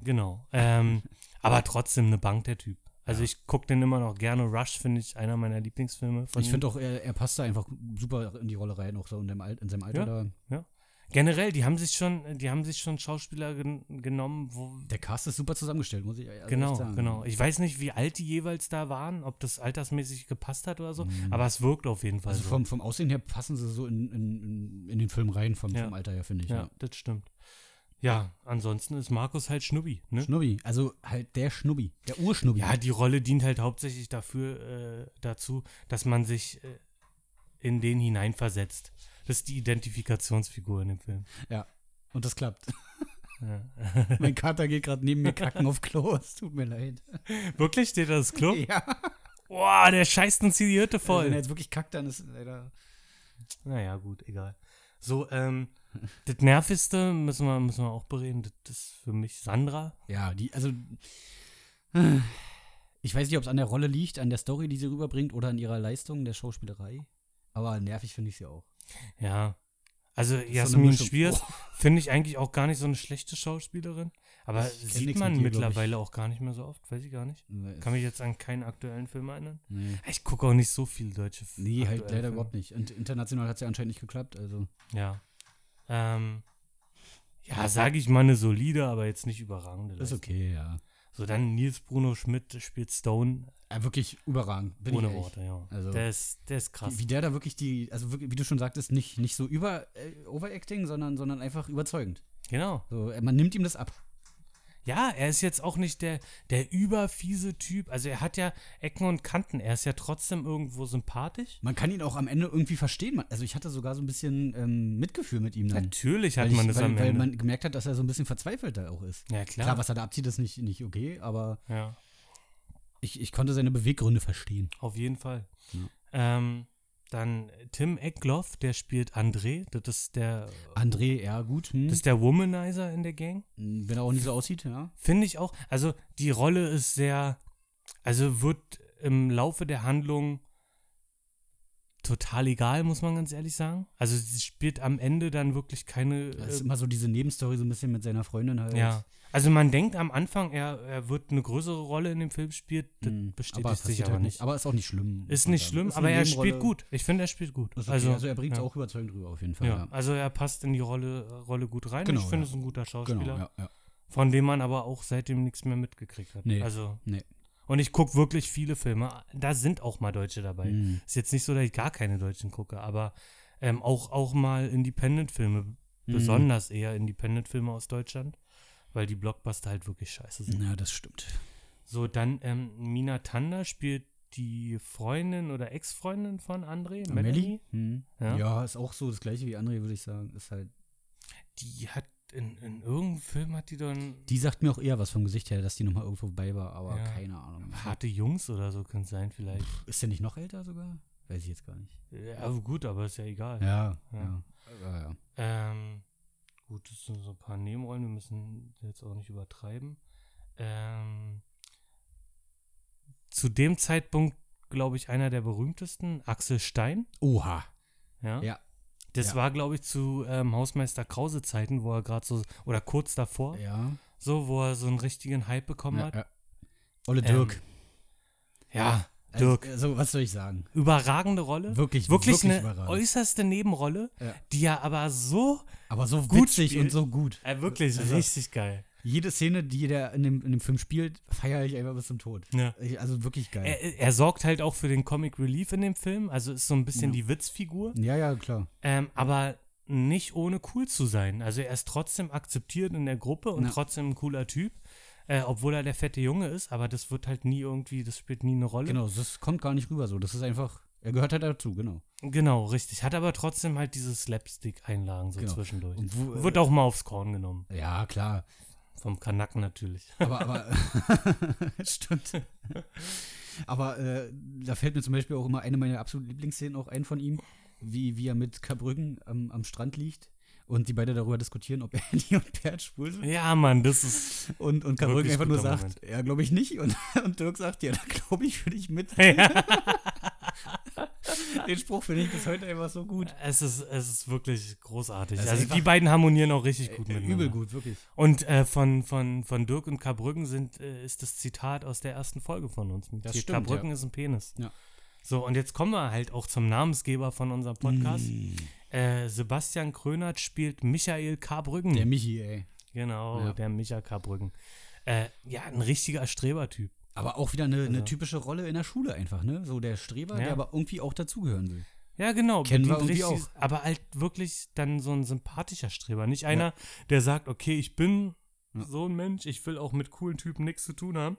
[SPEAKER 2] Genau. Ähm, aber trotzdem eine Bank, der Typ. Also ich gucke den immer noch gerne. Rush finde ich einer meiner Lieblingsfilme. Von
[SPEAKER 1] ich
[SPEAKER 2] ihm.
[SPEAKER 1] finde auch, er, er passt da einfach super in die Rolle rein, auch so in, dem Al in seinem Alter.
[SPEAKER 2] Ja.
[SPEAKER 1] Da.
[SPEAKER 2] Generell, die haben sich schon, die haben sich schon Schauspieler gen genommen, wo.
[SPEAKER 1] Der Cast ist super zusammengestellt, muss ich also echt
[SPEAKER 2] Genau,
[SPEAKER 1] sagen.
[SPEAKER 2] genau. Ich weiß nicht, wie alt die jeweils da waren, ob das altersmäßig gepasst hat oder so, aber es wirkt auf jeden Fall
[SPEAKER 1] Mhm. Also
[SPEAKER 2] so.
[SPEAKER 1] vom, vom Aussehen her passen sie so in, in, in- in den Film rein, vom,
[SPEAKER 2] Ja.
[SPEAKER 1] vom Alter her, finde ich.
[SPEAKER 2] Ja,
[SPEAKER 1] Ja.
[SPEAKER 2] das stimmt. Ja, ansonsten ist Markus halt Schnubbi, ne?
[SPEAKER 1] Schnubbi, also halt der Schnubbi, der Urschnubbi.
[SPEAKER 2] Ja, die Rolle dient halt hauptsächlich dafür, äh, dazu, dass man sich äh, in den hineinversetzt. Das ist die Identifikationsfigur in dem Film.
[SPEAKER 1] Und das klappt.
[SPEAKER 2] Ja.
[SPEAKER 1] mein Kater geht gerade neben mir kacken auf Klo, es tut mir leid.
[SPEAKER 2] Wirklich steht da das Klo?
[SPEAKER 1] Ja,
[SPEAKER 2] Boah, der scheißt uns hier die Hirte
[SPEAKER 1] voll.
[SPEAKER 2] Oh,
[SPEAKER 1] wenn er
[SPEAKER 2] voll.
[SPEAKER 1] jetzt wirklich kackt, dann ist leider.
[SPEAKER 2] Naja, gut, egal. So, ähm, das Nervigste müssen wir, müssen wir auch bereden. Das ist für mich Sandra.
[SPEAKER 1] Ja, die, also. Ich weiß nicht, ob es an der Rolle liegt, an der Story, die sie rüberbringt oder an ihrer Leistung der Schauspielerei. Aber nervig finde ich sie auch.
[SPEAKER 2] Ja. Also
[SPEAKER 1] eine
[SPEAKER 2] Jasmin
[SPEAKER 1] Mischung.
[SPEAKER 2] Schwiers finde ich eigentlich auch gar nicht so eine schlechte Schauspielerin. Aber
[SPEAKER 1] Ich kenn
[SPEAKER 2] sieht
[SPEAKER 1] nix
[SPEAKER 2] man
[SPEAKER 1] mit ihr, glaub
[SPEAKER 2] mittlerweile auch gar nicht mehr so oft, weiß ich gar nicht.
[SPEAKER 1] Ne,
[SPEAKER 2] Kann mich jetzt an keinen aktuellen Film erinnern.
[SPEAKER 1] nee,
[SPEAKER 2] Ich gucke auch nicht so viel deutsche F-
[SPEAKER 1] ne. nee
[SPEAKER 2] aktuelle
[SPEAKER 1] halt leider
[SPEAKER 2] Filme.
[SPEAKER 1] überhaupt nicht. Und international hat es ja anscheinend nicht geklappt. Also,
[SPEAKER 2] Ja. Ähm, ja, sage ich mal eine solide, aber jetzt nicht überragende.
[SPEAKER 1] ist
[SPEAKER 2] Leistung.
[SPEAKER 1] okay, ja.
[SPEAKER 2] So, dann Nils Bruno Schmidt spielt Stone
[SPEAKER 1] ja wirklich überragend. Bin
[SPEAKER 2] ohne
[SPEAKER 1] ich ehrlich.
[SPEAKER 2] Worte, ja.
[SPEAKER 1] Also-
[SPEAKER 2] der, ist, der ist krass.
[SPEAKER 1] Wie, wie der da wirklich die, also wirklich, wie du schon sagtest, nicht, nicht so über äh, Overacting, sondern, sondern einfach überzeugend.
[SPEAKER 2] Genau.
[SPEAKER 1] So, äh, man nimmt ihm das ab.
[SPEAKER 2] Ja, er ist jetzt auch nicht der, der überfiese Typ. Also er hat ja Ecken und Kanten. Er ist ja trotzdem irgendwo sympathisch.
[SPEAKER 1] Man kann ihn auch am Ende irgendwie verstehen. Man- Also ich hatte sogar so ein bisschen ähm, Mitgefühl mit ihm dann.
[SPEAKER 2] Natürlich hat
[SPEAKER 1] Weil ich-
[SPEAKER 2] man das
[SPEAKER 1] weil,
[SPEAKER 2] am
[SPEAKER 1] Weil
[SPEAKER 2] Ende.
[SPEAKER 1] man gemerkt hat, dass er so ein bisschen verzweifelt da auch ist.
[SPEAKER 2] ja,
[SPEAKER 1] Klar,
[SPEAKER 2] klar.
[SPEAKER 1] was er da abzieht, ist nicht, nicht okay, aber
[SPEAKER 2] ja,
[SPEAKER 1] ich, ich konnte seine Beweggründe verstehen.
[SPEAKER 2] auf jeden Fall.
[SPEAKER 1] Ja.
[SPEAKER 2] Ähm, dann Tim Eckloff, der spielt André. Das ist der,
[SPEAKER 1] Hm. André, ja, gut. Hm.
[SPEAKER 2] das ist der Womanizer in der Gang.
[SPEAKER 1] Wenn er auch nicht so aussieht, ja.
[SPEAKER 2] Finde ich auch. Also die Rolle ist sehr, also wird im Laufe der Handlung total egal, muss man ganz ehrlich sagen. Also sie spielt am Ende dann wirklich keine
[SPEAKER 1] Das ist
[SPEAKER 2] äh,
[SPEAKER 1] immer so diese Nebenstory, so ein bisschen mit seiner Freundin halt.
[SPEAKER 2] Ja. Also man denkt am Anfang, er, er wird eine größere Rolle in dem Film spielt, das
[SPEAKER 1] Hm,
[SPEAKER 2] bestätigt
[SPEAKER 1] aber
[SPEAKER 2] sich
[SPEAKER 1] passiert
[SPEAKER 2] aber
[SPEAKER 1] halt
[SPEAKER 2] nicht.
[SPEAKER 1] Aber ist auch nicht schlimm. muss
[SPEAKER 2] Ist
[SPEAKER 1] man
[SPEAKER 2] nicht
[SPEAKER 1] sagen.
[SPEAKER 2] schlimm,
[SPEAKER 1] Ist eine
[SPEAKER 2] aber er
[SPEAKER 1] Nebenrolle.
[SPEAKER 2] spielt gut. Ich finde, er spielt gut.
[SPEAKER 1] Ist okay.
[SPEAKER 2] also,
[SPEAKER 1] also, er bringt es
[SPEAKER 2] ja.
[SPEAKER 1] auch überzeugend rüber auf jeden
[SPEAKER 2] Ja.
[SPEAKER 1] Fall. Ja,
[SPEAKER 2] also er passt in die Rolle, Rolle gut rein.
[SPEAKER 1] Genau,
[SPEAKER 2] ich finde,
[SPEAKER 1] ja.
[SPEAKER 2] es ist ein guter Schauspieler,
[SPEAKER 1] genau. Ja, ja.
[SPEAKER 2] von dem man aber auch seitdem nichts mehr mitgekriegt hat.
[SPEAKER 1] Nee,
[SPEAKER 2] Also,
[SPEAKER 1] nee.
[SPEAKER 2] Und ich gucke wirklich viele Filme. Da sind auch mal Deutsche dabei.
[SPEAKER 1] Hm.
[SPEAKER 2] Ist jetzt nicht so, dass ich gar keine Deutschen gucke, aber ähm, auch, auch mal Independent-Filme, besonders eher Independent-Filme aus Deutschland, weil die Blockbuster halt wirklich scheiße sind.
[SPEAKER 1] Ja, das stimmt.
[SPEAKER 2] So, dann ähm, Mina Tanda spielt die Freundin oder Ex-Freundin von André, Melanie.
[SPEAKER 1] Hm.
[SPEAKER 2] Ja.
[SPEAKER 1] Ja. ist auch so das gleiche wie André, würde ich sagen. Ist halt,
[SPEAKER 2] Die hat in, in irgendeinem Film hat die dann
[SPEAKER 1] die sagt mir auch eher was vom Gesicht her, dass die nochmal irgendwo bei war, aber
[SPEAKER 2] Ja.
[SPEAKER 1] keine Ahnung.
[SPEAKER 2] harte Jungs oder so könnte sein vielleicht. Äh,
[SPEAKER 1] Ist der nicht noch älter sogar? Weiß ich jetzt gar nicht.
[SPEAKER 2] Ja, aber gut, aber ist ja egal.
[SPEAKER 1] Ja,
[SPEAKER 2] Ja.
[SPEAKER 1] ja. ja.
[SPEAKER 2] Ähm, Gut, das sind so ein paar Nebenrollen, wir müssen jetzt auch nicht übertreiben. Ähm, zu dem Zeitpunkt, glaube ich, einer der berühmtesten, Axel Stein.
[SPEAKER 1] Oha.
[SPEAKER 2] Ja.
[SPEAKER 1] Ja.
[SPEAKER 2] Das
[SPEAKER 1] Ja.
[SPEAKER 2] war, glaube ich, zu ähm, Hausmeister Krause Zeiten, wo er gerade so, oder kurz davor,
[SPEAKER 1] Ja.
[SPEAKER 2] so, wo er so einen richtigen Hype bekommen
[SPEAKER 1] ja,
[SPEAKER 2] hat.
[SPEAKER 1] ja. Olle Dirk.
[SPEAKER 2] Ja,
[SPEAKER 1] Also,
[SPEAKER 2] Ähm, Dirk.
[SPEAKER 1] Also, was soll ich sagen?
[SPEAKER 2] Überragende Rolle.
[SPEAKER 1] Wirklich,
[SPEAKER 2] Wirklich,
[SPEAKER 1] wirklich
[SPEAKER 2] eine
[SPEAKER 1] überragend.
[SPEAKER 2] äußerste Nebenrolle,
[SPEAKER 1] Ja.
[SPEAKER 2] die ja aber so,
[SPEAKER 1] Aber so
[SPEAKER 2] Gut
[SPEAKER 1] witzig
[SPEAKER 2] spielt.
[SPEAKER 1] und so gut.
[SPEAKER 2] äh, wirklich
[SPEAKER 1] Also-
[SPEAKER 2] richtig geil.
[SPEAKER 1] Jede Szene, die der in dem, in dem Film spielt, feiere ich einfach bis zum Tod.
[SPEAKER 2] Ja.
[SPEAKER 1] Ich- Also wirklich geil.
[SPEAKER 2] Er, er sorgt halt auch für den Comic Relief in dem Film, also ist so ein bisschen die Witzfigur,
[SPEAKER 1] ja, ja, klar.
[SPEAKER 2] ähm, aber nicht ohne cool zu sein. Also er ist trotzdem akzeptiert in der Gruppe und
[SPEAKER 1] Ja.
[SPEAKER 2] trotzdem ein cooler Typ, äh, obwohl er der fette Junge ist, aber das wird halt nie irgendwie, das spielt nie eine Rolle.
[SPEAKER 1] Genau, das kommt gar nicht rüber so. Das ist einfach, er gehört halt dazu, genau.
[SPEAKER 2] Genau, richtig. Hat aber trotzdem halt diese Slapstick-Einlagen so
[SPEAKER 1] Genau.
[SPEAKER 2] zwischendurch.
[SPEAKER 1] Und wo, äh,
[SPEAKER 2] Wird auch mal aufs Korn genommen.
[SPEAKER 1] Ja, klar.
[SPEAKER 2] Vom Kanacken natürlich.
[SPEAKER 1] Aber, aber stimmt. Aber äh, da fällt mir zum Beispiel auch immer eine meiner absoluten Lieblingsszenen auch ein von ihm, wie, wie er mit Kabrücken am, am Strand liegt und die beide darüber diskutieren, ob Andy und Bert schwul sind.
[SPEAKER 2] ja, Mann, das ist.
[SPEAKER 1] Und, und Kabrücken
[SPEAKER 2] Wirklich
[SPEAKER 1] einfach nur
[SPEAKER 2] guter
[SPEAKER 1] sagt, ja, glaube ich nicht. Und, und Dirk sagt, ja, da glaube ich, für dich mit.
[SPEAKER 2] Ja,
[SPEAKER 1] Den Spruch finde ich bis heute einfach so gut.
[SPEAKER 2] es, ist, es ist wirklich großartig.
[SPEAKER 1] Das ist
[SPEAKER 2] also,
[SPEAKER 1] einfach-
[SPEAKER 2] die beiden harmonieren auch richtig gut miteinander.
[SPEAKER 1] Übel gut, wirklich.
[SPEAKER 2] Und äh, von, von, von Dirk und Karbrücken sind, äh, ist das Zitat aus der ersten Folge von uns.
[SPEAKER 1] Das
[SPEAKER 2] Zitat,
[SPEAKER 1] stimmt,
[SPEAKER 2] Karbrücken
[SPEAKER 1] ja.
[SPEAKER 2] ist ein Penis.
[SPEAKER 1] Ja.
[SPEAKER 2] So, und jetzt kommen wir halt auch zum Namensgeber von unserem Podcast.
[SPEAKER 1] Mm,
[SPEAKER 2] Äh, Sebastian Krönert spielt Michael Karbrücken.
[SPEAKER 1] Der Michi, ey.
[SPEAKER 2] Genau,
[SPEAKER 1] Ja.
[SPEAKER 2] der Micha Karbrücken. Äh, ja, ein richtiger Strebertyp.
[SPEAKER 1] Aber auch wieder eine,
[SPEAKER 2] Also.
[SPEAKER 1] eine typische Rolle in der Schule einfach, ne? So der Streber,
[SPEAKER 2] Ja.
[SPEAKER 1] der aber irgendwie auch dazugehören will.
[SPEAKER 2] Ja, genau.
[SPEAKER 1] Kennen wir
[SPEAKER 2] bedient
[SPEAKER 1] irgendwie
[SPEAKER 2] richtig- Aber halt wirklich dann so ein sympathischer Streber. Nicht einer, der sagt, okay, ich bin
[SPEAKER 1] Ja.
[SPEAKER 2] so ein Mensch, ich will auch mit coolen Typen nichts zu tun haben.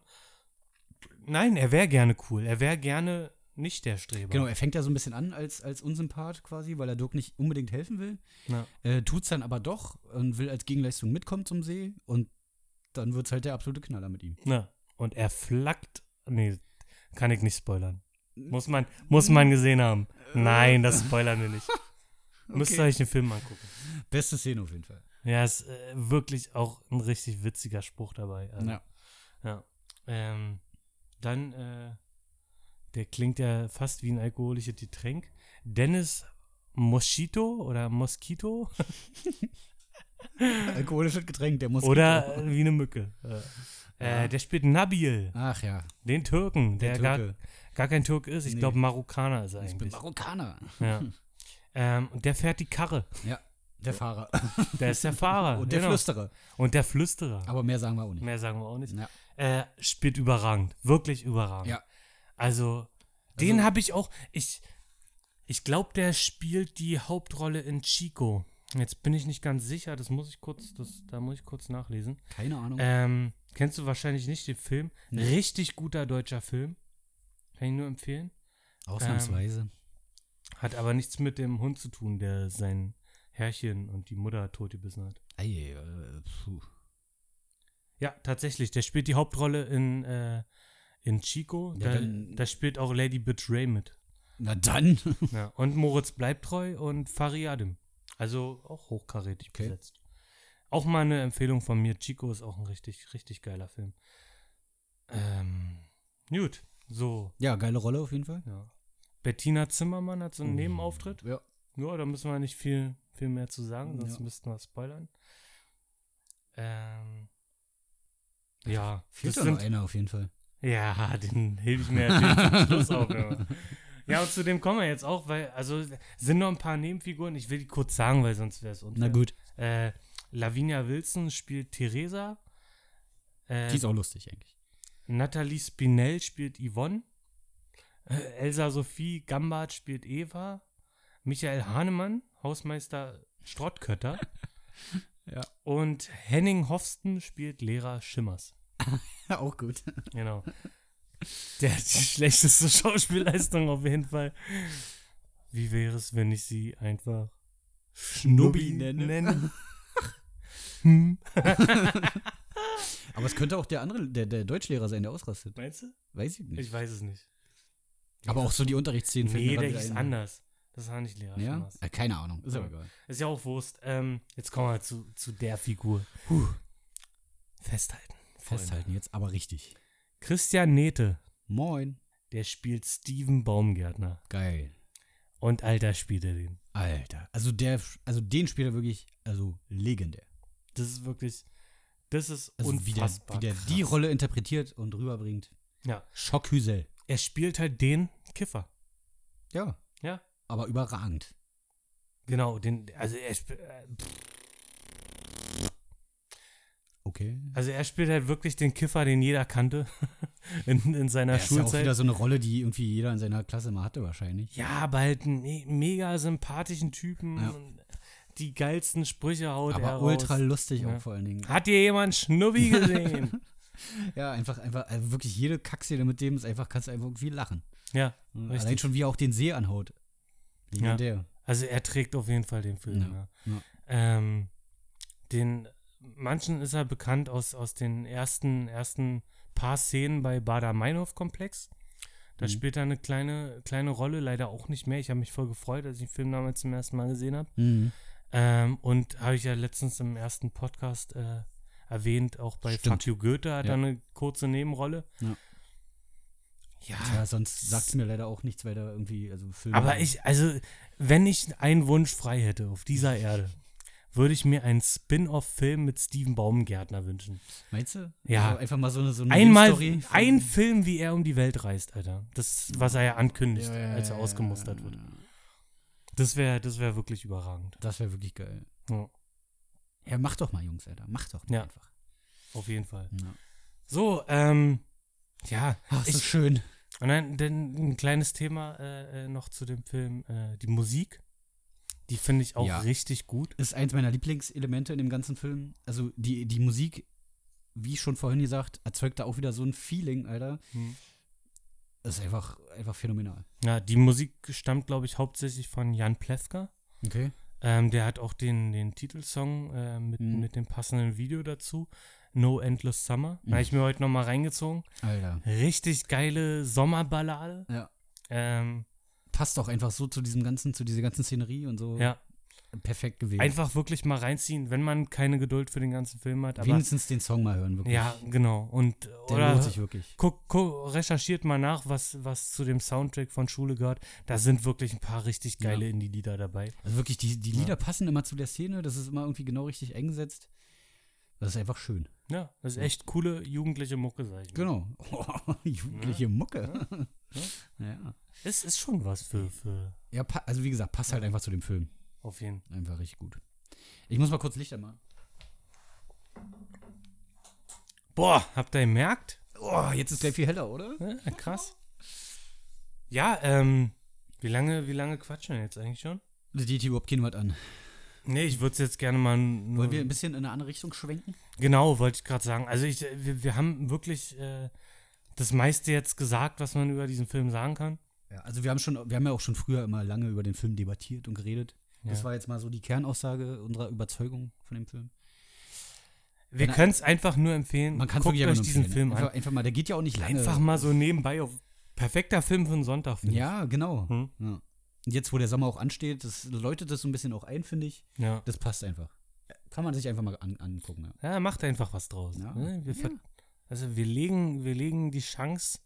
[SPEAKER 2] Nein, er wäre gerne cool. Er wäre gerne nicht der Streber.
[SPEAKER 1] Genau, er fängt ja so ein bisschen an als, als Unsympath quasi, weil er Dirk nicht unbedingt helfen will.
[SPEAKER 2] Ja.
[SPEAKER 1] Äh, tut's dann aber doch und will als Gegenleistung mitkommen zum See und dann wird's halt der absolute Knaller mit ihm.
[SPEAKER 2] Na, und er flackt. Nee, kann ich nicht spoilern. Muss man, muss man gesehen haben. Nein, das spoilern wir nicht. Müsst ihr euch den Film angucken.
[SPEAKER 1] Beste Szene auf jeden Fall.
[SPEAKER 2] Ja, ist äh, wirklich auch ein richtig witziger Spruch dabei. Also,
[SPEAKER 1] Ja.
[SPEAKER 2] Ja. Ähm, dann, äh, der klingt ja fast wie ein alkoholisches Getränk. Dennis Moschito oder Mosquito
[SPEAKER 1] Alkoholisches Getränk, der muss.
[SPEAKER 2] oder äh, wie eine Mücke. Äh,
[SPEAKER 1] Ja.
[SPEAKER 2] der spielt Nabil,
[SPEAKER 1] Ach ja,
[SPEAKER 2] den Türken, der,
[SPEAKER 1] der Türke.
[SPEAKER 2] Gar, gar kein Türk ist. Ich
[SPEAKER 1] Nee.
[SPEAKER 2] glaube, Marokkaner ist er
[SPEAKER 1] Ich bin
[SPEAKER 2] eigentlich.
[SPEAKER 1] Marokkaner.
[SPEAKER 2] Ja. Ähm, und der fährt die Karre.
[SPEAKER 1] Ja, der Fahrer.
[SPEAKER 2] Der ist der Fahrer.
[SPEAKER 1] Und der
[SPEAKER 2] genau.
[SPEAKER 1] Flüsterer.
[SPEAKER 2] und der Flüsterer.
[SPEAKER 1] Aber mehr sagen wir auch nicht.
[SPEAKER 2] Mehr sagen wir auch nicht.
[SPEAKER 1] Ja.
[SPEAKER 2] Äh, spielt überragend. Wirklich überragend.
[SPEAKER 1] Ja.
[SPEAKER 2] Also, den
[SPEAKER 1] Also-
[SPEAKER 2] habe ich auch. Ich, ich glaube, der spielt die Hauptrolle in Chico. Jetzt bin ich nicht ganz sicher, das muss ich kurz, das, da muss ich kurz nachlesen.
[SPEAKER 1] Keine Ahnung.
[SPEAKER 2] Ähm, kennst du wahrscheinlich nicht den Film?
[SPEAKER 1] Nee.
[SPEAKER 2] Richtig guter deutscher Film. Kann ich nur empfehlen.
[SPEAKER 1] Ausnahmsweise.
[SPEAKER 2] ähm. Hat aber nichts mit dem Hund zu tun, der sein Herrchen und die Mutter totgebissen hat.
[SPEAKER 1] Ei, äh, puh.
[SPEAKER 2] Ja, tatsächlich. Der spielt die Hauptrolle in, äh, in Chico.
[SPEAKER 1] Ja,
[SPEAKER 2] da,
[SPEAKER 1] dann-
[SPEAKER 2] da spielt auch Lady Betray mit.
[SPEAKER 1] Na dann.
[SPEAKER 2] ja. Und Moritz bleibt treu und Fariadim. Also auch hochkarätig
[SPEAKER 1] Okay.
[SPEAKER 2] besetzt. Auch mal eine Empfehlung von mir. Chico ist auch ein richtig, richtig geiler Film. Ähm, gut, so.
[SPEAKER 1] Ja, geile Rolle auf jeden Fall.
[SPEAKER 2] Ja. Bettina Zimmermann hat so
[SPEAKER 1] Oh.
[SPEAKER 2] einen Nebenauftritt.
[SPEAKER 1] Ja.
[SPEAKER 2] Ja, da müssen wir nicht viel, viel mehr zu sagen, sonst
[SPEAKER 1] Ja.
[SPEAKER 2] müssten wir spoilern. Ähm, ja,
[SPEAKER 1] Fehlt
[SPEAKER 2] das
[SPEAKER 1] da noch
[SPEAKER 2] sind,
[SPEAKER 1] einer auf jeden Fall.
[SPEAKER 2] ja, den hebe ich mir natürlich zum Schluss auf. Immer. Ja, und zu dem kommen wir jetzt auch, weil, also sind noch ein paar Nebenfiguren, ich will die kurz sagen, weil sonst wäre es unfair.
[SPEAKER 1] Na gut,
[SPEAKER 2] Äh, Lavinia Wilson spielt Theresa. Äh,
[SPEAKER 1] die ist auch lustig eigentlich.
[SPEAKER 2] Nathalie Spinell spielt Yvonne. Äh, Elsa Sophie Gambart spielt Eva. Michael Hahnemann, Hausmeister Strottkötter.
[SPEAKER 1] Ja.
[SPEAKER 2] Und Henning Hofsten spielt Lehrer Schimmers.
[SPEAKER 1] auch gut.
[SPEAKER 2] Genau. Der hat die schlechteste Schauspielleistung auf jeden Fall. Wie wäre es, wenn ich sie einfach Schnubbi
[SPEAKER 1] Schnubbi nenne?
[SPEAKER 2] nenne? hm.
[SPEAKER 1] Aber es könnte auch der andere, der, der Deutschlehrer sein, der ausrastet.
[SPEAKER 2] Meinst du?
[SPEAKER 1] Weiß ich nicht.
[SPEAKER 2] Ich weiß es nicht.
[SPEAKER 1] Aber auch so die Unterrichtsszenen
[SPEAKER 2] Nee,
[SPEAKER 1] mir
[SPEAKER 2] der
[SPEAKER 1] gerade
[SPEAKER 2] hieß
[SPEAKER 1] ein.
[SPEAKER 2] anders. Das ist Handichlehrer.
[SPEAKER 1] Ja?
[SPEAKER 2] Schmaß.
[SPEAKER 1] Äh, keine Ahnung. Ist aber
[SPEAKER 2] Ja.
[SPEAKER 1] egal.
[SPEAKER 2] Ist ja auch Wurst. Ähm, jetzt kommen wir zu, zu der Figur.
[SPEAKER 1] Puh.
[SPEAKER 2] Festhalten. Freunde.
[SPEAKER 1] Festhalten jetzt, aber richtig.
[SPEAKER 2] Christian Nete,
[SPEAKER 1] Moin.
[SPEAKER 2] der spielt Steven Baumgärtner.
[SPEAKER 1] Geil.
[SPEAKER 2] Und Alter spielt er den.
[SPEAKER 1] Alter. Also der, also den spielt er wirklich, also legendär.
[SPEAKER 2] Das ist wirklich, das ist
[SPEAKER 1] Also wie der,
[SPEAKER 2] unfassbar
[SPEAKER 1] wie der
[SPEAKER 2] krass.
[SPEAKER 1] die Rolle interpretiert und rüberbringt.
[SPEAKER 2] Ja.
[SPEAKER 1] Schockhüsel.
[SPEAKER 2] Er spielt halt den Kiffer.
[SPEAKER 1] Ja.
[SPEAKER 2] Ja.
[SPEAKER 1] Aber überragend.
[SPEAKER 2] Genau, den, also er, sp- äh,
[SPEAKER 1] Okay.
[SPEAKER 2] also er spielt halt wirklich den Kiffer, den jeder kannte in, in seiner
[SPEAKER 1] Ja, ist ja auch
[SPEAKER 2] Schulzeit.
[SPEAKER 1] wieder so eine Rolle, die irgendwie jeder in seiner Klasse mal hatte wahrscheinlich.
[SPEAKER 2] Ja, aber halt einen me mega sympathischen Typen.
[SPEAKER 1] Ja.
[SPEAKER 2] Und die geilsten Sprüche haut er
[SPEAKER 1] aber
[SPEAKER 2] raus.
[SPEAKER 1] ultra lustig
[SPEAKER 2] Ja.
[SPEAKER 1] auch vor allen Dingen.
[SPEAKER 2] Hat dir jemand Schnubbi gesehen?
[SPEAKER 1] Ja, einfach, einfach, also wirklich jede Kackszene mit dem ist einfach, kannst du einfach irgendwie lachen.
[SPEAKER 2] ja,
[SPEAKER 1] Allein schon, wie er auch den See anhaut. Legendär.
[SPEAKER 2] also er trägt auf jeden Fall den Film.
[SPEAKER 1] Ja,
[SPEAKER 2] Ja.
[SPEAKER 1] ja.
[SPEAKER 2] Ähm, den manchen ist er bekannt aus, aus den ersten, ersten paar Szenen bei Bader Meinhof Komplex. Da
[SPEAKER 1] Mhm.
[SPEAKER 2] spielt er eine kleine, kleine Rolle, leider auch nicht mehr. Ich habe mich voll gefreut, als ich den Film damals zum ersten Mal gesehen habe.
[SPEAKER 1] Mhm.
[SPEAKER 2] Ähm, und habe ich ja letztens im ersten Podcast äh, erwähnt, auch bei
[SPEAKER 1] Stimmt.
[SPEAKER 2] Fuck You Goethe hat
[SPEAKER 1] Ja.
[SPEAKER 2] er eine kurze Nebenrolle.
[SPEAKER 1] Ja.
[SPEAKER 2] Ja,
[SPEAKER 1] Tja, sonst sagt es mir leider auch nichts weiter irgendwie, also Filme.
[SPEAKER 2] aber ich, also, wenn ich einen Wunsch frei hätte auf dieser Erde, würde ich mir einen Spin-off-Film mit Steven Baumgärtner wünschen.
[SPEAKER 1] Meinst du?
[SPEAKER 2] Ja.
[SPEAKER 1] Also einfach mal so eine, so eine
[SPEAKER 2] Einmal
[SPEAKER 1] Story.
[SPEAKER 2] ein Film, wie er um die Welt reist, Alter. Das, was er ja ankündigt,
[SPEAKER 1] Ja, ja, ja,
[SPEAKER 2] als er
[SPEAKER 1] ja,
[SPEAKER 2] ausgemustert
[SPEAKER 1] ja,
[SPEAKER 2] wird.
[SPEAKER 1] ja.
[SPEAKER 2] Das wäre das wär wirklich überragend.
[SPEAKER 1] Das wäre wirklich geil.
[SPEAKER 2] Ja,
[SPEAKER 1] Ja, mach doch mal, Jungs, Alter. Mach doch mal
[SPEAKER 2] Ja.
[SPEAKER 1] einfach.
[SPEAKER 2] auf jeden Fall.
[SPEAKER 1] Ja.
[SPEAKER 2] So, ähm, ja.
[SPEAKER 1] Ach, ist
[SPEAKER 2] ich,
[SPEAKER 1] das schön.
[SPEAKER 2] Und dann, dann ein kleines Thema äh, äh, noch zu dem Film, äh, die Musik. Die finde ich auch
[SPEAKER 1] Ja.
[SPEAKER 2] richtig gut.
[SPEAKER 1] Ist eins meiner Lieblingselemente in dem ganzen Film. Also die, die Musik, wie schon vorhin gesagt, erzeugt da auch wieder so ein Feeling, Alter.
[SPEAKER 2] Hm.
[SPEAKER 1] Das ist einfach, einfach phänomenal.
[SPEAKER 2] Ja, die Musik stammt, glaube ich, hauptsächlich von Jan Plewka.
[SPEAKER 1] Okay.
[SPEAKER 2] Ähm, der hat auch den, den Titelsong äh, mit,
[SPEAKER 1] Mhm.
[SPEAKER 2] mit dem passenden Video dazu. No Endless Summer.
[SPEAKER 1] Mhm.
[SPEAKER 2] Da habe ich mir heute nochmal reingezogen.
[SPEAKER 1] Alter.
[SPEAKER 2] Richtig geile Sommerballade.
[SPEAKER 1] Ja.
[SPEAKER 2] Ähm,
[SPEAKER 1] Passt auch einfach so zu diesem ganzen, zu dieser ganzen Szenerie und so.
[SPEAKER 2] ja,
[SPEAKER 1] Perfekt gewählt.
[SPEAKER 2] einfach wirklich mal reinziehen, wenn man keine Geduld für den ganzen Film hat. Aber,
[SPEAKER 1] Wenigstens den Song mal hören, wirklich.
[SPEAKER 2] ja, genau. Und
[SPEAKER 1] Der
[SPEAKER 2] oder
[SPEAKER 1] lohnt sich wirklich.
[SPEAKER 2] guck, guck, recherchiert mal nach, was, was zu dem Soundtrack von Schule gehört. Da sind wirklich ein paar richtig geile Indie-Lieder dabei.
[SPEAKER 1] Also wirklich, die, die Lieder passen immer zu der Szene. Das ist immer irgendwie genau richtig eingesetzt. Das ist einfach schön.
[SPEAKER 2] Ja, das ist echt coole jugendliche Mucke, sag ich mal.
[SPEAKER 1] Genau. Oh, jugendliche Mucke. Ja. ja.
[SPEAKER 2] Es ist schon was für, für
[SPEAKER 1] pa- also wie gesagt, passt halt einfach zu dem Film.
[SPEAKER 2] auf jeden Fall.
[SPEAKER 1] Einfach richtig gut. Ich muss mal kurz Lichter machen.
[SPEAKER 2] Boah, habt ihr gemerkt?
[SPEAKER 1] Oh, jetzt ist gleich viel heller, oder?
[SPEAKER 2] Ne? Krass. Ja, ähm, wie lange, wie lange quatschen wir jetzt eigentlich schon?
[SPEAKER 1] Die DT überhaupt kein was an.
[SPEAKER 2] Nee, ich würde es jetzt gerne mal. nur-
[SPEAKER 1] Wollen wir ein bisschen in eine andere Richtung schwenken?
[SPEAKER 2] genau, wollte ich gerade sagen. Also ich, wir, wir haben wirklich äh, das meiste jetzt gesagt, was man über diesen Film sagen kann.
[SPEAKER 1] Ja, also wir haben schon, wir haben ja auch schon früher immer lange über den Film debattiert und geredet. Das
[SPEAKER 2] Ja.
[SPEAKER 1] war jetzt mal so die Kernaussage unserer Überzeugung von dem Film.
[SPEAKER 2] Wir
[SPEAKER 1] Wenn-
[SPEAKER 2] können es einfach nur empfehlen.
[SPEAKER 1] Man kann
[SPEAKER 2] Guckt
[SPEAKER 1] wirklich
[SPEAKER 2] euch
[SPEAKER 1] einfach nur
[SPEAKER 2] diesen
[SPEAKER 1] empfehlen.
[SPEAKER 2] Film an.
[SPEAKER 1] einfach, einfach mal, der geht ja auch nicht lange.
[SPEAKER 2] Einfach mal so nebenbei auf. Perfekter Film für einen Sonntag. finde
[SPEAKER 1] Ja, genau.
[SPEAKER 2] Hm.
[SPEAKER 1] Ja. Und Jetzt, wo der Sommer auch ansteht, das läutet das so ein bisschen auch ein, finde ich.
[SPEAKER 2] ich. Ja.
[SPEAKER 1] Das passt einfach. Kann man sich einfach mal an, angucken. Ja.
[SPEAKER 2] ja, macht einfach was draus.
[SPEAKER 1] Ja.
[SPEAKER 2] Ne? Wir
[SPEAKER 1] Ja.
[SPEAKER 2] ver- Also wir legen, wir legen die Chance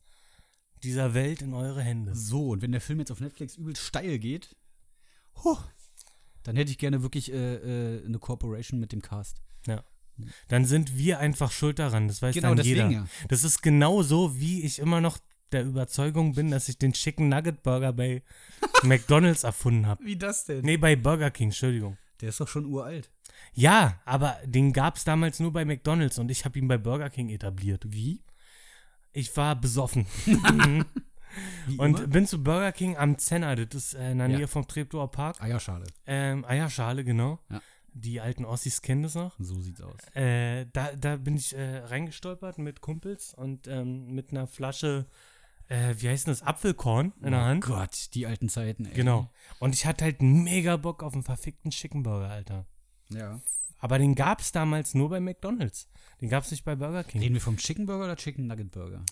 [SPEAKER 2] dieser Welt in eure Hände.
[SPEAKER 1] So, und wenn der Film jetzt auf Netflix übel steil geht, huh, dann hätte ich gerne wirklich äh, äh, eine Corporation mit dem Cast.
[SPEAKER 2] dann sind wir einfach schuld daran. Das weiß
[SPEAKER 1] Genau,
[SPEAKER 2] dann
[SPEAKER 1] deswegen
[SPEAKER 2] jeder.
[SPEAKER 1] ja.
[SPEAKER 2] Das ist genauso, wie ich immer noch der Überzeugung bin, dass ich den Chicken Nugget Burger bei McDonalds erfunden habe.
[SPEAKER 1] Wie das denn?
[SPEAKER 2] Nee, bei Burger King, Entschuldigung.
[SPEAKER 1] Der ist doch schon uralt.
[SPEAKER 2] Ja, aber den gab es damals nur bei McDonalds und ich habe ihn bei Burger King etabliert.
[SPEAKER 1] Wie?
[SPEAKER 2] Ich war besoffen
[SPEAKER 1] Wie
[SPEAKER 2] und
[SPEAKER 1] immer?
[SPEAKER 2] bin zu Burger King am Zenner, das ist äh, in der
[SPEAKER 1] Ja.
[SPEAKER 2] Nähe vom Treptower Park.
[SPEAKER 1] Eierschale.
[SPEAKER 2] Ähm, Eierschale, genau.
[SPEAKER 1] Ja.
[SPEAKER 2] Die alten Ossis kennen das noch.
[SPEAKER 1] So sieht's aus.
[SPEAKER 2] äh, da, da bin ich äh, reingestolpert mit Kumpels und ähm, mit einer Flasche, äh, wie heißt denn das, Apfelkorn in der Hand.
[SPEAKER 1] Oh Gott, die alten Zeiten, ey.
[SPEAKER 2] Genau. Und ich hatte halt mega Bock auf einen verfickten Chickenburger, Alter.
[SPEAKER 1] Ja.
[SPEAKER 2] Aber den gab es damals nur bei McDonalds. Den gab es nicht bei Burger King.
[SPEAKER 1] Reden wir vom Chicken Burger oder Chicken Nugget Burger?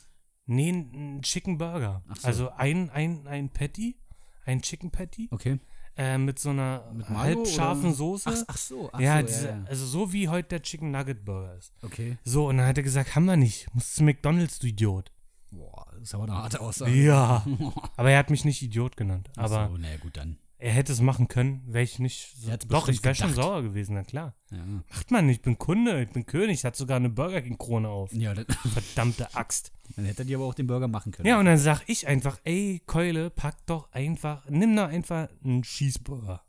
[SPEAKER 2] Nee, ein Chicken Burger.
[SPEAKER 1] Ach so.
[SPEAKER 2] Also ein, ein, ein Patty, ein Chicken Patty
[SPEAKER 1] Okay.
[SPEAKER 2] äh, mit so einer
[SPEAKER 1] Mit Mayo
[SPEAKER 2] halb scharfen
[SPEAKER 1] oder?
[SPEAKER 2] Soße.
[SPEAKER 1] Ach, ach so, ach
[SPEAKER 2] ja,
[SPEAKER 1] so,
[SPEAKER 2] diese,
[SPEAKER 1] ja, ja.
[SPEAKER 2] also so wie heute der Chicken Nugget Burger ist.
[SPEAKER 1] Okay.
[SPEAKER 2] So, und dann hat er gesagt, haben wir nicht. Musst zu McDonalds, du Idiot.
[SPEAKER 1] Boah, das ist aber eine harte Aussage.
[SPEAKER 2] Ja. Aber er hat mich nicht Idiot genannt. Aber
[SPEAKER 1] Ach so, naja, gut, dann.
[SPEAKER 2] er hätte es machen können, wäre ich nicht. So,
[SPEAKER 1] Er hat's
[SPEAKER 2] doch, ich
[SPEAKER 1] bestimmt
[SPEAKER 2] wäre schon
[SPEAKER 1] gedacht.
[SPEAKER 2] sauer gewesen, na klar.
[SPEAKER 1] Ja,
[SPEAKER 2] Macht man nicht, ich bin Kunde, ich bin König, hat sogar eine Burger King Krone auf.
[SPEAKER 1] ja dann,
[SPEAKER 2] Verdammte Axt.
[SPEAKER 1] dann hätte die aber auch den Burger machen können.
[SPEAKER 2] Ja, und dann sag ich einfach, ey, Keule, pack doch einfach, nimm doch einfach einen Cheeseburger.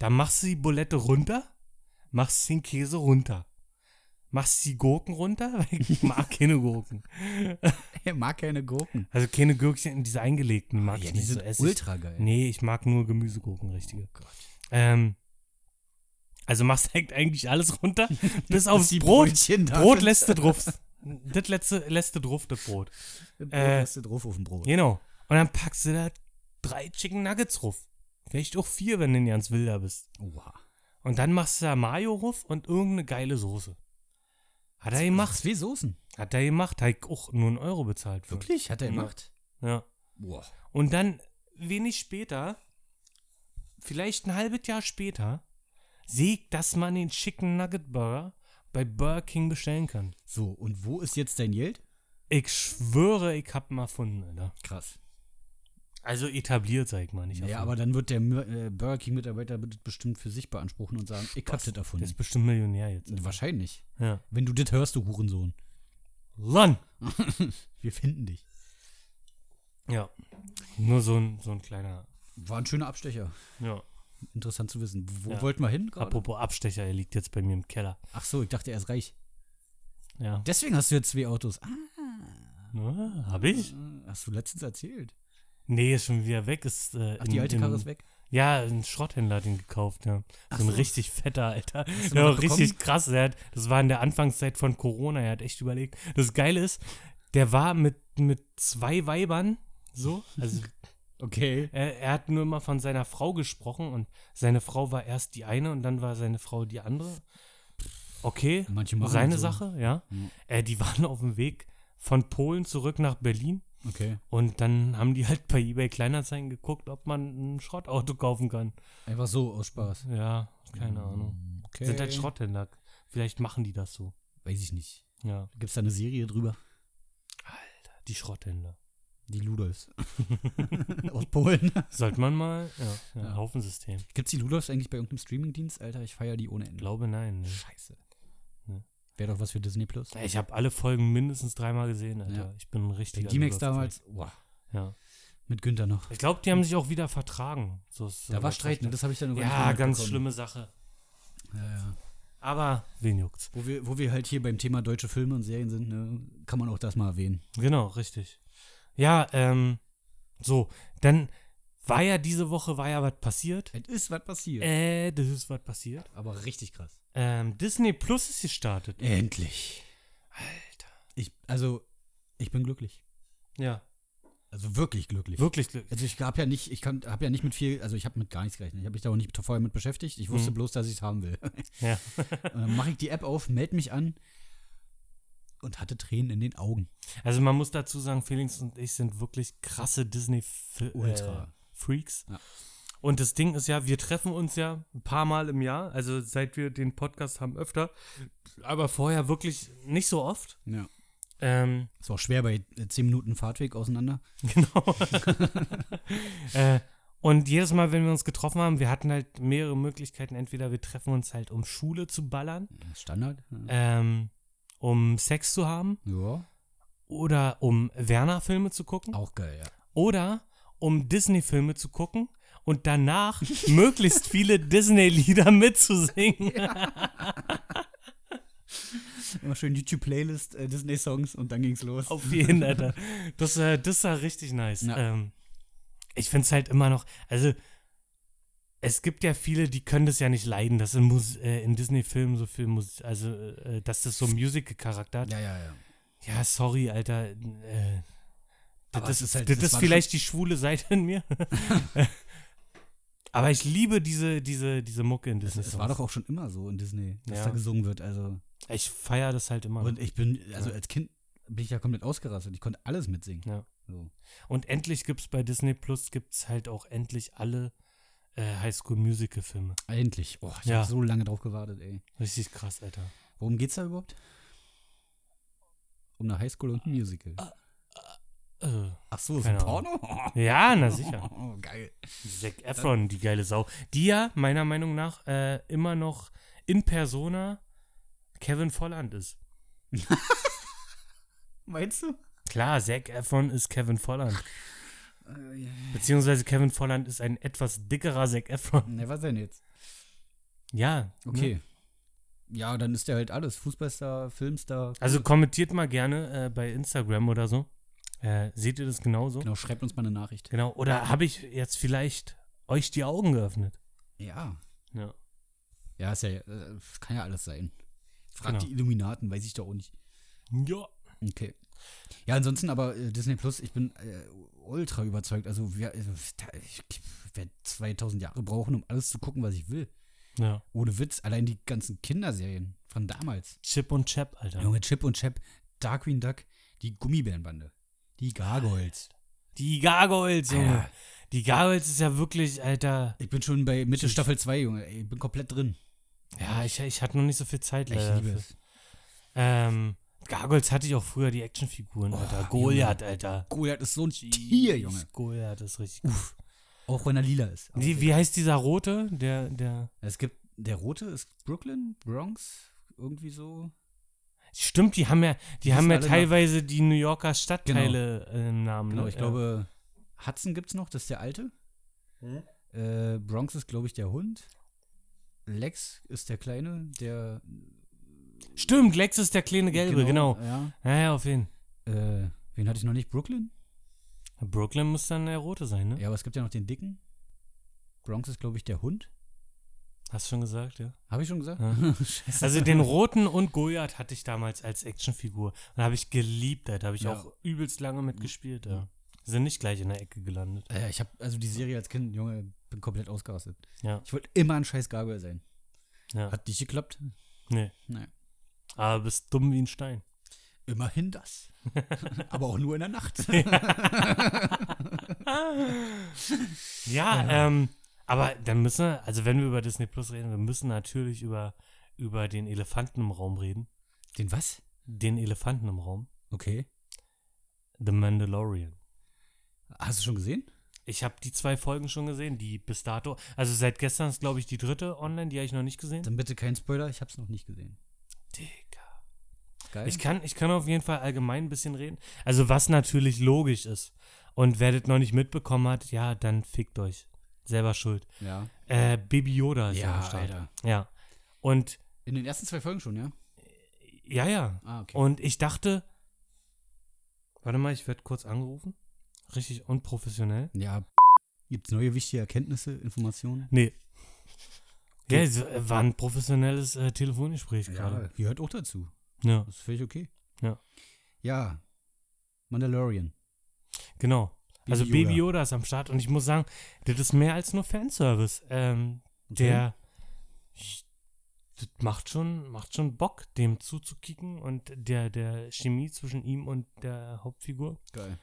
[SPEAKER 2] Dann machst du die Bulette runter, machst den Käse runter. Machst die Gurken runter, weil ich mag keine Gurken.
[SPEAKER 1] Er mag keine Gurken.
[SPEAKER 2] Also keine Gürkchen, diese eingelegten mag ich nicht so Hm, essen.
[SPEAKER 1] ultra geil.
[SPEAKER 2] Nee, ich mag nur Gemüsegurken, richtige. Ähm, also machst halt eigentlich alles runter, bis aufs
[SPEAKER 1] die
[SPEAKER 2] Brot.
[SPEAKER 1] Brötchen da
[SPEAKER 2] Brot
[SPEAKER 1] sind.
[SPEAKER 2] lässt du drauf. Das letzte, letzte drauf, das Brot.
[SPEAKER 1] Brot
[SPEAKER 2] äh,
[SPEAKER 1] lässt du drauf auf dem Brot.
[SPEAKER 2] Genau. Und dann packst du da drei Chicken Nuggets ruf. Vielleicht auch vier, wenn du ein ganz wilder bist.
[SPEAKER 1] Oha.
[SPEAKER 2] Und dann machst du da Mayo ruf und irgendeine geile Soße. Hat er gemacht.
[SPEAKER 1] Zwei Soßen.
[SPEAKER 2] Hat er gemacht. Hat ich auch nur einen Euro bezahlt. Für.
[SPEAKER 1] Wirklich? Hat er
[SPEAKER 2] Ja.
[SPEAKER 1] gemacht?
[SPEAKER 2] Ja.
[SPEAKER 1] Boah.
[SPEAKER 2] Und dann wenig später, vielleicht ein halbes Jahr später, sehe ich, dass man den Chicken Nugget Burger bei Burger King bestellen kann.
[SPEAKER 1] So, und wo ist jetzt dein Geld?
[SPEAKER 2] Ich schwöre, ich hab mal erfunden, Alter.
[SPEAKER 1] Krass.
[SPEAKER 2] Also etabliert, sag ich mal nicht.
[SPEAKER 1] Ja,
[SPEAKER 2] erfunden.
[SPEAKER 1] aber dann wird der Mür- äh, Burger King-Mitarbeiter das bestimmt für sich beanspruchen und sagen, ich hab das
[SPEAKER 2] der
[SPEAKER 1] erfunden.
[SPEAKER 2] ist bestimmt Millionär jetzt.
[SPEAKER 1] Wahrscheinlich.
[SPEAKER 2] Ja.
[SPEAKER 1] Wenn du das hörst, du Hurensohn.
[SPEAKER 2] Lan!
[SPEAKER 1] Wir finden dich.
[SPEAKER 2] Ja. Nur so ein, so ein kleiner.
[SPEAKER 1] War ein schöner Abstecher.
[SPEAKER 2] Ja.
[SPEAKER 1] Interessant zu wissen. Wo
[SPEAKER 2] Ja.
[SPEAKER 1] wollten wir hin? gerade?
[SPEAKER 2] Apropos Abstecher, er liegt jetzt bei mir im Keller.
[SPEAKER 1] Ach so, ich dachte, er ist reich.
[SPEAKER 2] Ja.
[SPEAKER 1] Deswegen hast du jetzt zwei Autos. Ah,
[SPEAKER 2] Ah, hab ich?
[SPEAKER 1] äh, hast du letztens erzählt.
[SPEAKER 2] Nee, ist schon wieder weg. Ist, äh,
[SPEAKER 1] Ach, die
[SPEAKER 2] in-
[SPEAKER 1] alte
[SPEAKER 2] in-
[SPEAKER 1] Karre ist weg.
[SPEAKER 2] Ja, ein Schrotthändler hat ihn gekauft, ja.
[SPEAKER 1] Ach
[SPEAKER 2] so ein
[SPEAKER 1] so.
[SPEAKER 2] richtig fetter, Alter.
[SPEAKER 1] Hast du
[SPEAKER 2] Ja,
[SPEAKER 1] noch was
[SPEAKER 2] richtig krass. Er hat, das war in der Anfangszeit von Corona, er hat echt überlegt. Das Geile ist, der war mit, mit zwei Weibern so. Also
[SPEAKER 1] Okay.
[SPEAKER 2] er, er hat nur immer von seiner Frau gesprochen und seine Frau war erst die eine und dann war seine Frau die andere. Okay,
[SPEAKER 1] Manche machen
[SPEAKER 2] seine
[SPEAKER 1] so.
[SPEAKER 2] Sache, ja.
[SPEAKER 1] Mhm.
[SPEAKER 2] Äh, die waren auf dem Weg von Polen zurück nach Berlin.
[SPEAKER 1] Okay.
[SPEAKER 2] Und dann haben die halt bei eBay Kleinanzeigen geguckt, ob man ein Schrottauto kaufen kann.
[SPEAKER 1] Einfach so aus Spaß.
[SPEAKER 2] Ja, keine Ahnung.
[SPEAKER 1] Mhm. Okay.
[SPEAKER 2] Sind halt Schrotthändler. Vielleicht machen die das so.
[SPEAKER 1] Weiß ich nicht.
[SPEAKER 2] Ja.
[SPEAKER 1] Gibt es da eine Serie drüber?
[SPEAKER 2] Alter, die Schrotthändler.
[SPEAKER 1] Die Ludolfs. aus Polen.
[SPEAKER 2] Sollte man mal. Ja, ja,
[SPEAKER 1] Ja.
[SPEAKER 2] Haufensystem.
[SPEAKER 1] Gibt's die Ludolfs eigentlich bei irgendeinem Streamingdienst? Alter, ich feiere die ohne Ende.
[SPEAKER 2] Glaube nein. Ne?
[SPEAKER 1] Scheiße.
[SPEAKER 2] Ne.
[SPEAKER 1] Wäre doch was für Disney Plus.
[SPEAKER 2] Ich habe alle Folgen mindestens dreimal gesehen, Alter.
[SPEAKER 1] Ja.
[SPEAKER 2] Ich bin ein
[SPEAKER 1] Bei
[SPEAKER 2] richtiger.
[SPEAKER 1] D-Max
[SPEAKER 2] Lost-Fan.
[SPEAKER 1] damals, boah,
[SPEAKER 2] Ja.
[SPEAKER 1] mit Günther noch.
[SPEAKER 2] Ich glaube, die haben sich auch wieder vertragen. So ist, äh,
[SPEAKER 1] Da war Streit, ne? das habe ich dann irgendwann
[SPEAKER 2] Ja,
[SPEAKER 1] nicht mehr
[SPEAKER 2] ganz
[SPEAKER 1] mitbekommen.
[SPEAKER 2] schlimme Sache.
[SPEAKER 1] Ja, ja.
[SPEAKER 2] Aber wen juckt's?
[SPEAKER 1] Wo, wir, wo wir halt hier beim Thema deutsche Filme und Serien sind, ne, kann man auch das mal erwähnen.
[SPEAKER 2] Genau, richtig. Ja, ähm, so, dann war ja diese Woche, war ja was passiert.
[SPEAKER 1] Es ist was passiert.
[SPEAKER 2] Äh, das ist was passiert.
[SPEAKER 1] Aber richtig krass.
[SPEAKER 2] Ähm, Disney Plus ist gestartet.
[SPEAKER 1] Endlich.
[SPEAKER 2] Alter.
[SPEAKER 1] Ich, also, ich bin glücklich.
[SPEAKER 2] Ja,
[SPEAKER 1] Also wirklich glücklich.
[SPEAKER 2] wirklich Glück.
[SPEAKER 1] Also ich gab ja nicht, ich habe ja nicht mit viel, also ich habe mit gar nichts gerechnet. Ich habe mich da auch nicht vorher mit beschäftigt. Ich wusste
[SPEAKER 2] Mhm.
[SPEAKER 1] bloß, dass ich es haben will.
[SPEAKER 2] Ja.
[SPEAKER 1] Und dann mache ich die App auf, melde mich an und hatte Tränen in den Augen.
[SPEAKER 2] Also man muss dazu sagen, Felix und ich sind wirklich krasse Disney
[SPEAKER 1] Ultra.
[SPEAKER 2] Ultra. Äh, Freaks.
[SPEAKER 1] Ja.
[SPEAKER 2] Und das Ding ist ja, wir treffen uns ja ein paar Mal im Jahr, also seit wir den Podcast haben öfter, aber vorher wirklich nicht so oft.
[SPEAKER 1] Ja.
[SPEAKER 2] Ähm,
[SPEAKER 1] Es war auch schwer bei äh, 10 Minuten Fahrtweg auseinander.
[SPEAKER 2] Genau. äh, und jedes Mal, wenn wir uns getroffen haben, wir hatten halt mehrere Möglichkeiten. Entweder wir treffen uns halt, um Schule zu ballern,
[SPEAKER 1] Standard. Ja.
[SPEAKER 2] ähm, um Sex zu haben
[SPEAKER 1] ja.
[SPEAKER 2] oder um Werner-Filme zu gucken
[SPEAKER 1] Auch geil, ja.
[SPEAKER 2] oder um Disney-Filme zu gucken und danach möglichst viele Disney-Lieder mitzusingen.
[SPEAKER 1] Immer schön YouTube-Playlist, äh, Disney-Songs und dann ging's los.
[SPEAKER 2] Auf jeden, Alter. Das, äh, das war richtig nice.
[SPEAKER 1] Ja.
[SPEAKER 2] Ähm, ich finde es halt immer noch, also es gibt ja viele, die können das ja nicht leiden, dass in, Mus äh, in Disney-Filmen so viel Musik, also äh, dass das so Musical-Charakter hat. Ja.
[SPEAKER 1] Ja, ja, ja.
[SPEAKER 2] sorry, Alter. Äh,
[SPEAKER 1] Aber
[SPEAKER 2] das ist,
[SPEAKER 1] es ist halt-
[SPEAKER 2] das
[SPEAKER 1] das
[SPEAKER 2] ist
[SPEAKER 1] war
[SPEAKER 2] vielleicht die schwule Seite in mir. Aber ich liebe diese, diese, diese Mucke in
[SPEAKER 1] Es,
[SPEAKER 2] Disney.
[SPEAKER 1] es war doch auch schon immer so in Disney, dass
[SPEAKER 2] Ja.
[SPEAKER 1] da gesungen wird. Also.
[SPEAKER 2] ich feiere das halt immer. noch.
[SPEAKER 1] Und ich bin, also
[SPEAKER 2] Ja.
[SPEAKER 1] als Kind bin ich ja komplett ausgerastet. Ich konnte alles mitsingen.
[SPEAKER 2] Ja.
[SPEAKER 1] So.
[SPEAKER 2] Und endlich gibt es bei Disney Plus gibt's halt auch endlich alle äh, High School Musical Filme.
[SPEAKER 1] Endlich. Oh, ich
[SPEAKER 2] Ja.
[SPEAKER 1] habe so lange drauf gewartet, ey.
[SPEAKER 2] Richtig krass, Alter.
[SPEAKER 1] Worum geht's da überhaupt? Um eine Highschool und ein Musical.
[SPEAKER 2] Äh,
[SPEAKER 1] Ach so, ist
[SPEAKER 2] Ah. keine
[SPEAKER 1] ein Porno?
[SPEAKER 2] ja, na sicher.
[SPEAKER 1] Oh, geil.
[SPEAKER 2] Zac Efron, die geile Sau. Die ja, meiner Meinung nach, äh, immer noch in Persona Kevin Volland ist.
[SPEAKER 1] Meinst du?
[SPEAKER 2] Klar, Zac Efron ist Kevin Volland.
[SPEAKER 1] Äh,
[SPEAKER 2] Beziehungsweise Kevin Volland ist ein etwas dickerer Zac Efron.
[SPEAKER 1] Ne, was denn jetzt?
[SPEAKER 2] Ja. Ne?
[SPEAKER 1] Okay. Ja, dann ist der halt alles. Fußballstar, Filmstar.
[SPEAKER 2] Also kommentiert mal gerne äh, bei Instagram oder so. Äh, seht ihr das genauso?
[SPEAKER 1] Genau, schreibt uns mal eine Nachricht.
[SPEAKER 2] Genau. Oder habe ich jetzt vielleicht euch die Augen geöffnet?
[SPEAKER 1] Ja.
[SPEAKER 2] Ja.
[SPEAKER 1] Ja, ist ja, äh, kann ja alles sein. Frag
[SPEAKER 2] Genau.
[SPEAKER 1] die Illuminaten, weiß ich doch auch nicht.
[SPEAKER 2] Ja.
[SPEAKER 1] Okay. Ja, ansonsten aber äh, Disney Plus, ich bin äh, ultra überzeugt. Also, wir, also, da- ich werde 2000 Jahre brauchen, um alles zu gucken, was ich will.
[SPEAKER 2] Ja.
[SPEAKER 1] Ohne Witz, allein die ganzen Kinderserien von damals.
[SPEAKER 2] Chip und Chap, Alter.
[SPEAKER 1] Junge Chip und Chap, Darkwing Duck, die Gummibärenbande, die Gargoyles.
[SPEAKER 2] Die Gargoyles, Junge.
[SPEAKER 1] Alter,
[SPEAKER 2] Die Gargoyles ist ja wirklich, Alter.
[SPEAKER 1] ich bin schon bei Mitte Staffel 2, Junge. ey, Ich bin komplett drin.
[SPEAKER 2] Ja, ich, ich hatte noch nicht so viel Zeit.
[SPEAKER 1] Ich
[SPEAKER 2] leider
[SPEAKER 1] liebe
[SPEAKER 2] dafür.
[SPEAKER 1] es.
[SPEAKER 2] Ähm, Gargoyles hatte ich auch früher, die Actionfiguren, Alter. Goliath, Alter.
[SPEAKER 1] Goliath ist so ein Tier, Junge.
[SPEAKER 2] Goliath ist richtig. Uff.
[SPEAKER 1] Auch wenn er lila ist. Aber
[SPEAKER 2] Wie, wie heißt dieser Rote? Der, der.
[SPEAKER 1] Es gibt, der rote ist Brooklyn, Bronx, irgendwie so.
[SPEAKER 2] Stimmt, die haben ja, die haben
[SPEAKER 1] wissen
[SPEAKER 2] ja
[SPEAKER 1] alle
[SPEAKER 2] teilweise die New Yorker Stadtteile äh, im Namen.
[SPEAKER 1] Genau,
[SPEAKER 2] ne?
[SPEAKER 1] ich
[SPEAKER 2] Ja.
[SPEAKER 1] glaube, Hudson gibt's noch, das ist der alte.
[SPEAKER 2] Hm?
[SPEAKER 1] Äh, Bronx ist, glaube ich, der Hund. Lex ist der Kleine, der
[SPEAKER 2] Stimmt, Lex ist der kleine Gelbe, genau.
[SPEAKER 1] Ja.
[SPEAKER 2] Ja, ja, auf jeden
[SPEAKER 1] Äh, wen hatte ich noch nicht? Brooklyn?
[SPEAKER 2] Brooklyn muss dann der Rote sein, ne?
[SPEAKER 1] Ja, aber es gibt ja noch den Dicken. Bronx ist, glaube ich, der Hund.
[SPEAKER 2] Hast schon gesagt, ja.
[SPEAKER 1] Habe ich schon gesagt?
[SPEAKER 2] Ja.
[SPEAKER 1] Scheiße.
[SPEAKER 2] Also den Roten und Goliath hatte ich damals als Actionfigur. Und habe ich geliebt, da habe ich
[SPEAKER 1] Ja. Mhm.
[SPEAKER 2] auch übelst lange mitgespielt, ja. Sind nicht gleich in der Ecke gelandet.
[SPEAKER 1] Äh, ich habe also die Serie als Kind, Junge, bin komplett ausgerastet.
[SPEAKER 2] Ja.
[SPEAKER 1] Ich wollte immer ein scheiß Gargoyle sein.
[SPEAKER 2] Ja.
[SPEAKER 1] Hat nicht geklappt.
[SPEAKER 2] Nee.
[SPEAKER 1] Nein.
[SPEAKER 2] Aber bist dumm wie ein Stein.
[SPEAKER 1] Immerhin das. aber auch nur in der Nacht.
[SPEAKER 2] Ja, ähm, aber dann müssen wir, also wenn wir über Disney Plus reden, wir müssen natürlich über, über den Elefanten im Raum reden.
[SPEAKER 1] Den was?
[SPEAKER 2] Den Elefanten im Raum.
[SPEAKER 1] Okay.
[SPEAKER 2] The Mandalorian.
[SPEAKER 1] Hast du schon gesehen?
[SPEAKER 2] Ich habe die zwei Folgen schon gesehen, die bis dato. Also seit gestern ist, glaube ich, die dritte online, die habe ich noch nicht gesehen.
[SPEAKER 1] Dann bitte kein Spoiler, ich hab's noch nicht gesehen.
[SPEAKER 2] Digga.
[SPEAKER 1] Geil.
[SPEAKER 2] Ich kann, ich kann auf jeden Fall allgemein ein bisschen reden. Also, was natürlich logisch ist. Und wer das noch nicht mitbekommen hat, ja, dann fickt euch. Selber schuld.
[SPEAKER 1] ja.
[SPEAKER 2] Äh, Baby Yoda ist ja, am
[SPEAKER 1] Ja,
[SPEAKER 2] Start.
[SPEAKER 1] Alter.
[SPEAKER 2] Ja. Und,
[SPEAKER 1] In den ersten zwei Folgen schon, ja?
[SPEAKER 2] ja, ja.
[SPEAKER 1] Ah, okay.
[SPEAKER 2] Und ich dachte. Warte mal, ich werde kurz angerufen. Richtig unprofessionell.
[SPEAKER 1] ja. Gibt's neue wichtige Erkenntnisse, Informationen?
[SPEAKER 2] Nee. Ja, es äh, war ein professionelles äh, Telefongespräch gerade.
[SPEAKER 1] gehört auch dazu.
[SPEAKER 2] Ja.
[SPEAKER 1] Das ist völlig okay.
[SPEAKER 2] Ja.
[SPEAKER 1] Ja. Mandalorian.
[SPEAKER 2] Genau.
[SPEAKER 1] Baby
[SPEAKER 2] also Baby
[SPEAKER 1] Yoda.
[SPEAKER 2] Yoda ist am Start und ich muss sagen, das ist mehr als nur Fanservice. Ähm, der das macht schon, macht schon Bock, dem zuzukicken und der, der Chemie zwischen ihm und der Hauptfigur
[SPEAKER 1] Geil.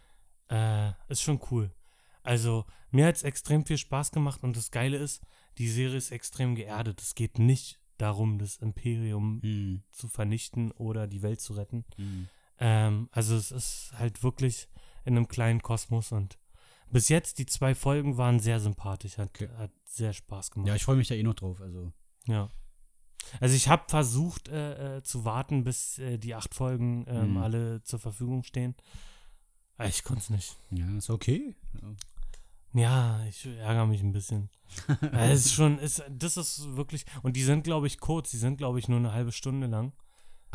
[SPEAKER 2] äh, ist schon cool. Also mir hat es extrem viel Spaß gemacht und das Geile ist, die Serie ist extrem geerdet. Es geht nicht darum, das Imperium
[SPEAKER 1] Hm.
[SPEAKER 2] zu vernichten oder die Welt zu retten.
[SPEAKER 1] Hm.
[SPEAKER 2] Ähm, also es ist halt wirklich in einem kleinen Kosmos und bis jetzt die zwei Folgen waren sehr sympathisch, hat,
[SPEAKER 1] Okay.
[SPEAKER 2] hat sehr Spaß
[SPEAKER 1] Ja,
[SPEAKER 2] gemacht.
[SPEAKER 1] ich freue mich da eh noch drauf. Also,
[SPEAKER 2] Ja. Also ich habe versucht äh, äh, zu warten, bis äh, die acht Folgen ähm,
[SPEAKER 1] Mhm.
[SPEAKER 2] alle zur Verfügung stehen. Aber ich konnte es nicht.
[SPEAKER 1] ja, ist okay. Ja.
[SPEAKER 2] Ja, ich ärgere mich ein bisschen. Äh, es ist schon, es, das ist wirklich, und die sind, glaube ich, kurz, die sind, glaube ich, nur eine halbe Stunde lang.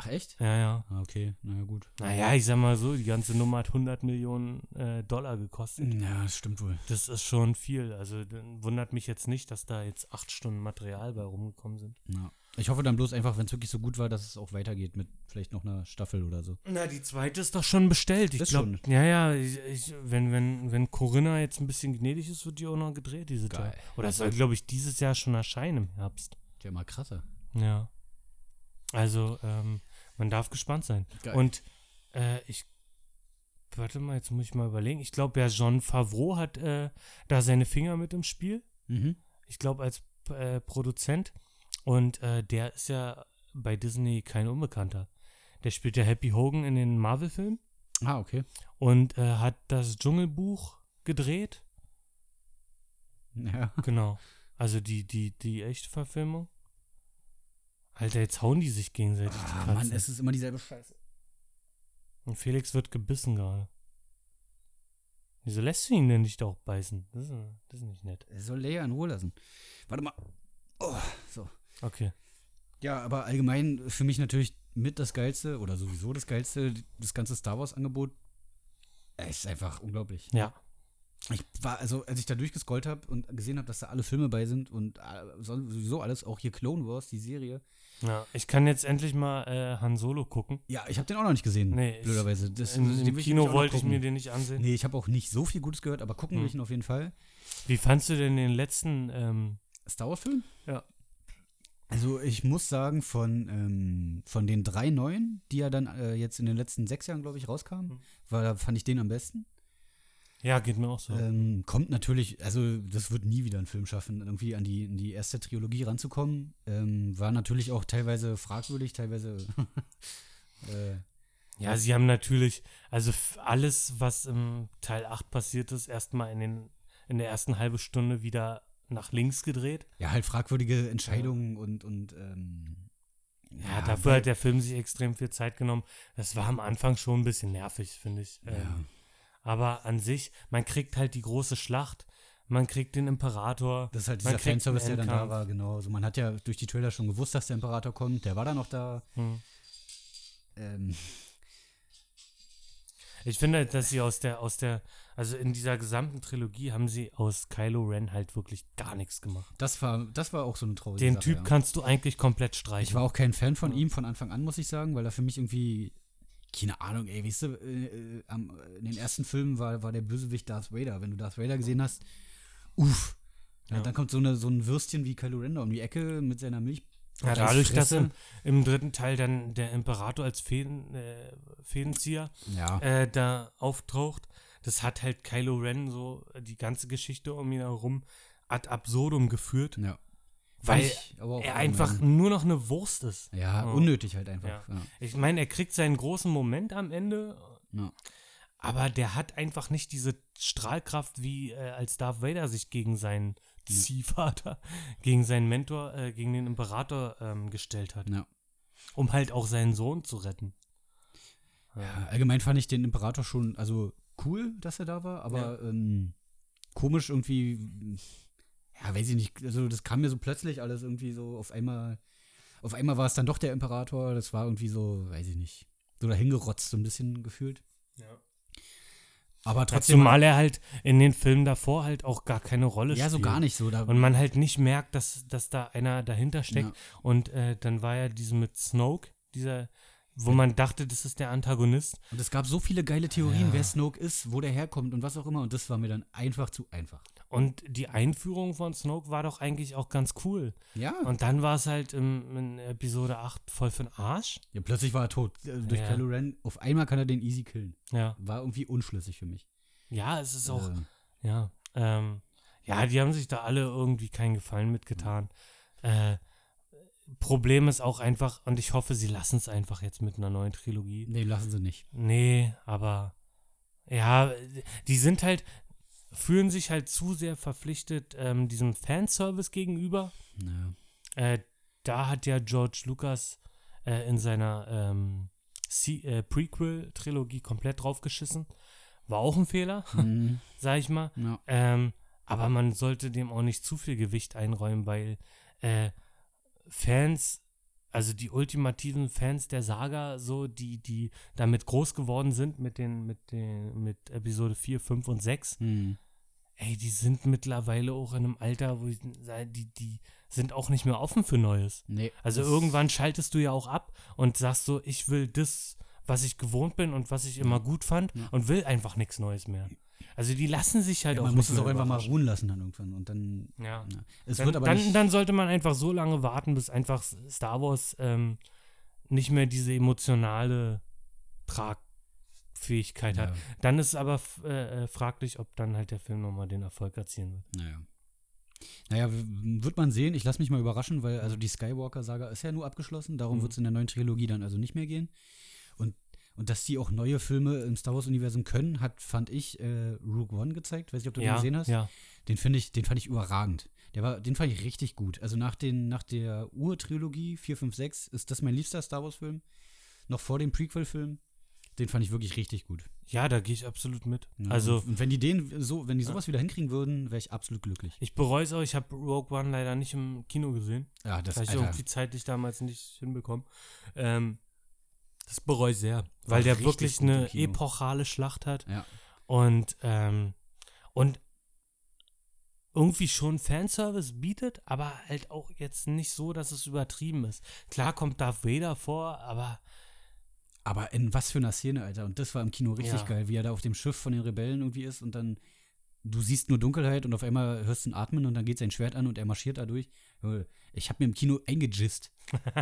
[SPEAKER 1] Ach, echt?
[SPEAKER 2] Ja, ja.
[SPEAKER 1] Ah, okay. Na ja, gut.
[SPEAKER 2] Naja, ich sag mal so, die ganze Nummer hat 100 Millionen äh, Dollar gekostet.
[SPEAKER 1] Ja, das stimmt wohl.
[SPEAKER 2] Das ist schon viel. Also dann wundert mich jetzt nicht, dass da jetzt acht Stunden Material bei rumgekommen sind.
[SPEAKER 1] Ja. Ich hoffe dann bloß einfach, wenn es wirklich so gut war, dass es auch weitergeht mit vielleicht noch einer Staffel oder so.
[SPEAKER 2] Na, die zweite ist doch schon bestellt. Ich
[SPEAKER 1] Ist
[SPEAKER 2] glaube. Ja, ja. Ich, ich, wenn, wenn, wenn Corinna jetzt ein bisschen gnädig ist, wird die auch noch gedreht, diese
[SPEAKER 1] Geil.
[SPEAKER 2] Jahr. Oder soll, glaube ich, dieses Jahr schon erscheinen im Herbst.
[SPEAKER 1] Ist ja mal krasser.
[SPEAKER 2] Ja. Also, ähm, man darf gespannt sein.
[SPEAKER 1] Geil.
[SPEAKER 2] Und äh, ich warte mal, jetzt muss ich mal überlegen. Ich glaube, ja, John Favreau hat äh, da seine Finger mit im Spiel.
[SPEAKER 1] Mhm.
[SPEAKER 2] Ich glaube, als äh, Produzent. Und äh, der ist ja bei Disney kein Unbekannter. Der spielt ja Happy Hogan in den Marvel-Filmen
[SPEAKER 1] Ah, okay.
[SPEAKER 2] und äh, hat das Dschungelbuch gedreht.
[SPEAKER 1] Ja.
[SPEAKER 2] Genau. Also die, die, die echte Verfilmung. Alter, jetzt hauen die sich gegenseitig
[SPEAKER 1] Ah,
[SPEAKER 2] die
[SPEAKER 1] Mann,
[SPEAKER 2] Katzen.
[SPEAKER 1] es ist immer dieselbe Scheiße.
[SPEAKER 2] Und Felix wird gebissen gerade. Wieso lässt du ihn denn nicht auch beißen? Das ist, das ist nicht nett.
[SPEAKER 1] Er soll Leia in Ruhe lassen. Warte mal. Oh, so.
[SPEAKER 2] Okay.
[SPEAKER 1] Ja, aber allgemein für mich natürlich mit das Geilste oder sowieso das Geilste, das ganze Star Wars-Angebot. Es ist einfach unglaublich.
[SPEAKER 2] Ja.
[SPEAKER 1] Ich war, also, als ich da durchgescrollt habe und gesehen habe, dass da alle Filme bei sind und äh, son- sowieso alles, auch hier Clone Wars, die Serie.
[SPEAKER 2] ja. Ich kann jetzt endlich mal äh, Han Solo gucken.
[SPEAKER 1] Ja, ich habe den auch noch nicht gesehen.
[SPEAKER 2] Nee, ich-
[SPEAKER 1] blöderweise. Das,
[SPEAKER 2] Im,
[SPEAKER 1] den
[SPEAKER 2] im
[SPEAKER 1] will
[SPEAKER 2] Kino
[SPEAKER 1] nämlich auch noch
[SPEAKER 2] wollte ich mir
[SPEAKER 1] gucken.
[SPEAKER 2] den nicht ansehen.
[SPEAKER 1] Nee, ich habe auch nicht so viel Gutes gehört, aber gucken will
[SPEAKER 2] Hm.
[SPEAKER 1] ich ihn auf jeden Fall.
[SPEAKER 2] Wie fandst du denn den letzten? Ähm,
[SPEAKER 1] Star Wars-Film?
[SPEAKER 2] Ja.
[SPEAKER 1] Also ich muss sagen, von, ähm, von den drei neuen, die ja dann äh, jetzt in den letzten sechs Jahren, glaube ich, rauskamen,
[SPEAKER 2] Mhm.
[SPEAKER 1] war, da fand ich den am besten.
[SPEAKER 2] ja, geht mir auch so.
[SPEAKER 1] Ähm, kommt natürlich, also das wird nie wieder ein Film schaffen, irgendwie an die, in die erste Trilogie ranzukommen. Ähm, war natürlich auch teilweise fragwürdig, teilweise äh,
[SPEAKER 2] ja, sie haben natürlich, also f- alles, was im Teil 8 passiert ist, erstmal in, den, in der ersten halben Stunde wieder nach links gedreht.
[SPEAKER 1] ja halt fragwürdige Entscheidungen und und ähm,
[SPEAKER 2] Ja, dafür hat der Film sich extrem viel Zeit genommen. Das war am Anfang schon ein bisschen nervig, finde ich. Ähm,
[SPEAKER 1] ja.
[SPEAKER 2] Aber an sich, man kriegt halt die große Schlacht, man kriegt den Imperator.
[SPEAKER 1] Das ist halt
[SPEAKER 2] Man
[SPEAKER 1] dieser
[SPEAKER 2] kriegt einen
[SPEAKER 1] Fanservice, der dann da
[SPEAKER 2] Endkampf.
[SPEAKER 1] war, genau. Also man hat ja durch die Trailer schon gewusst, dass der Imperator kommt. Der war dann noch da.
[SPEAKER 2] Hm.
[SPEAKER 1] Ähm,
[SPEAKER 2] Ich finde, halt, dass sie aus der, aus der, also in dieser gesamten Trilogie haben sie aus Kylo Ren halt wirklich gar nichts gemacht.
[SPEAKER 1] das, war, das war auch so eine traurige
[SPEAKER 2] Den
[SPEAKER 1] Sache,
[SPEAKER 2] Typ
[SPEAKER 1] ja.
[SPEAKER 2] kannst du eigentlich komplett
[SPEAKER 1] Ich
[SPEAKER 2] streichen.
[SPEAKER 1] war auch kein Fan von
[SPEAKER 2] Ja.
[SPEAKER 1] ihm von Anfang an, muss ich sagen, weil er für mich irgendwie, keine Ahnung, ey, weißt du, äh, äh, am, in den ersten Filmen war, war der Bösewicht Darth Vader. Wenn du Darth Vader gesehen hast, uff. Dann,
[SPEAKER 2] Ja.
[SPEAKER 1] dann kommt so, eine, so ein Würstchen wie Kylo Ren da um die Ecke mit seiner Milch.
[SPEAKER 2] ja,
[SPEAKER 1] Scheiß
[SPEAKER 2] dadurch, dass
[SPEAKER 1] Fresse.
[SPEAKER 2] im, im dritten Teil dann der Imperator als Fäden, äh, Fädenzieher
[SPEAKER 1] Ja.
[SPEAKER 2] äh, da auftaucht, das hat halt Kylo Ren so äh, die ganze Geschichte um ihn herum ad absurdum geführt,
[SPEAKER 1] ja.
[SPEAKER 2] weil
[SPEAKER 1] Ich, aber auch
[SPEAKER 2] er
[SPEAKER 1] allgemein.
[SPEAKER 2] einfach nur noch eine Wurst ist.
[SPEAKER 1] Ja,
[SPEAKER 2] Ja.
[SPEAKER 1] unnötig halt einfach. Ja.
[SPEAKER 2] Ich meine, er kriegt seinen großen Moment am Ende,
[SPEAKER 1] Ja.
[SPEAKER 2] aber der hat einfach nicht diese Strahlkraft, wie äh, als Darth Vader sich gegen seinen Ziehvater, gegen seinen Mentor, äh, gegen den Imperator ähm, gestellt hat,
[SPEAKER 1] ja.
[SPEAKER 2] um halt auch seinen Sohn zu retten.
[SPEAKER 1] Ja, allgemein fand ich den Imperator schon, also cool, dass er da war, aber ähm, komisch irgendwie, ja, weiß ich nicht, also das kam mir so plötzlich alles irgendwie so auf einmal, auf einmal war es dann doch der Imperator, das war irgendwie so, weiß ich nicht, so dahingerotzt so ein bisschen gefühlt.
[SPEAKER 2] Ja.
[SPEAKER 1] Aber trotzdem,
[SPEAKER 2] Zumal er halt in den Filmen davor halt auch gar keine Rolle
[SPEAKER 1] ja,
[SPEAKER 2] spielt.
[SPEAKER 1] so gar nicht so, da,
[SPEAKER 2] Und man halt nicht merkt, dass, dass da einer dahinter steckt.
[SPEAKER 1] Ja.
[SPEAKER 2] Und äh, dann war ja diese mit Snoke, dieser, wo man dachte, das ist der Antagonist.
[SPEAKER 1] und es gab so viele geile Theorien,
[SPEAKER 2] Ja.
[SPEAKER 1] wer Snoke ist, wo der herkommt und was auch immer, und das war mir dann einfach zu einfach.
[SPEAKER 2] Und die Einführung von Snoke war doch eigentlich auch ganz cool.
[SPEAKER 1] Ja,
[SPEAKER 2] Und dann war es halt im, in Episode 8 voll für den Arsch.
[SPEAKER 1] ja plötzlich war er tot äh, durch
[SPEAKER 2] Ja.
[SPEAKER 1] Kylo Ren, auf einmal kann er den easy killen.
[SPEAKER 2] Ja.
[SPEAKER 1] War irgendwie unschlüssig für mich.
[SPEAKER 2] Ja, es ist auch,
[SPEAKER 1] Ähm,
[SPEAKER 2] ja. Ähm, ja, die haben sich da alle irgendwie keinen Gefallen mitgetan. Äh, Problem ist auch einfach, und ich hoffe, sie lassen es einfach jetzt mit einer neuen Trilogie.
[SPEAKER 1] Nee, lassen sie nicht.
[SPEAKER 2] Nee, aber ja, die sind halt, fühlen sich halt zu sehr verpflichtet ähm, diesem Fanservice gegenüber.
[SPEAKER 1] Naja.
[SPEAKER 2] Äh, da hat ja George Lucas äh, in seiner ähm, Se- äh, Prequel-Trilogie komplett draufgeschissen. War auch ein Fehler,
[SPEAKER 1] Mhm.
[SPEAKER 2] sag ich mal.
[SPEAKER 1] ja.
[SPEAKER 2] Ähm, aber man sollte dem auch nicht zu viel Gewicht einräumen, weil äh, Fans, also die ultimativen Fans der Saga, so, die, die damit groß geworden sind mit den, mit den, mit Episode 4, 5 und 6,
[SPEAKER 1] Mhm.
[SPEAKER 2] ey, die sind mittlerweile auch in einem Alter, wo ich, die, die sind auch nicht mehr offen für Neues.
[SPEAKER 1] Nee.
[SPEAKER 2] Also
[SPEAKER 1] das-
[SPEAKER 2] irgendwann schaltest du ja auch ab und sagst so, ich will das, was ich gewohnt bin und was ich immer gut fand
[SPEAKER 1] Ja.
[SPEAKER 2] und will einfach nichts Neues mehr. Also die lassen sich halt
[SPEAKER 1] Ja,
[SPEAKER 2] auch
[SPEAKER 1] man muss
[SPEAKER 2] nicht
[SPEAKER 1] es auch
[SPEAKER 2] mehr
[SPEAKER 1] einfach mal
[SPEAKER 2] überraschen.
[SPEAKER 1] ruhen lassen dann irgendwann. Und dann.
[SPEAKER 2] Ja.
[SPEAKER 1] Ja. Es
[SPEAKER 2] Dann,
[SPEAKER 1] wird aber
[SPEAKER 2] dann,
[SPEAKER 1] nicht.
[SPEAKER 2] dann sollte man einfach so lange warten, bis einfach S- Star Wars ähm, nicht mehr diese emotionale Trag Fähigkeit hat. Dann ist es aber f- äh, äh, fraglich, ob dann halt der Film nochmal den Erfolg erzielen wird.
[SPEAKER 1] Naja. Naja, w- wird man sehen. Ich lasse mich mal überraschen, weil also die Skywalker-Saga ist ja nur abgeschlossen. Darum
[SPEAKER 2] Mhm.
[SPEAKER 1] wird es in der neuen Trilogie dann also nicht mehr gehen. Und, und dass die auch neue Filme im Star Wars-Universum können, hat, fand ich, äh, Rogue One gezeigt. Weiß nicht, ob du
[SPEAKER 2] ja,
[SPEAKER 1] den gesehen hast.
[SPEAKER 2] ja.
[SPEAKER 1] Den, finde ich, den fand ich überragend. Der war, den fand ich richtig gut. Also nach, den, nach der Ur-Trilogie 4, 5, 6 ist das mein liebster Star Wars-Film. Noch vor dem Prequel-Film. Den fand ich wirklich richtig gut.
[SPEAKER 2] ja, da gehe ich absolut mit.
[SPEAKER 1] Ja,
[SPEAKER 2] Also
[SPEAKER 1] und und wenn die den so, wenn die sowas wieder hinkriegen würden, wäre ich absolut glücklich.
[SPEAKER 2] ich bereue es auch, ich habe Rogue One leider nicht im Kino gesehen.
[SPEAKER 1] Ja, das
[SPEAKER 2] Das habe ich irgendwie zeitlich damals nicht hinbekommen. Ähm, das bereue ich sehr, weil der
[SPEAKER 1] richtig
[SPEAKER 2] wirklich
[SPEAKER 1] gut im
[SPEAKER 2] eine
[SPEAKER 1] Kino.
[SPEAKER 2] epochale Schlacht hat.
[SPEAKER 1] Ja.
[SPEAKER 2] Und, ähm, und irgendwie schon Fanservice bietet, aber halt auch jetzt nicht so, dass es übertrieben ist. Klar kommt Darth Vader vor, aber
[SPEAKER 1] Aber in was für einer Szene, Alter. Und das war im Kino richtig
[SPEAKER 2] Ja.
[SPEAKER 1] geil, wie er da auf dem Schiff von den Rebellen irgendwie ist und dann, du siehst nur Dunkelheit und auf einmal hörst du ihn atmen und dann geht sein Schwert an und er marschiert da durch. Junge, Ich habe mir im Kino eingejist.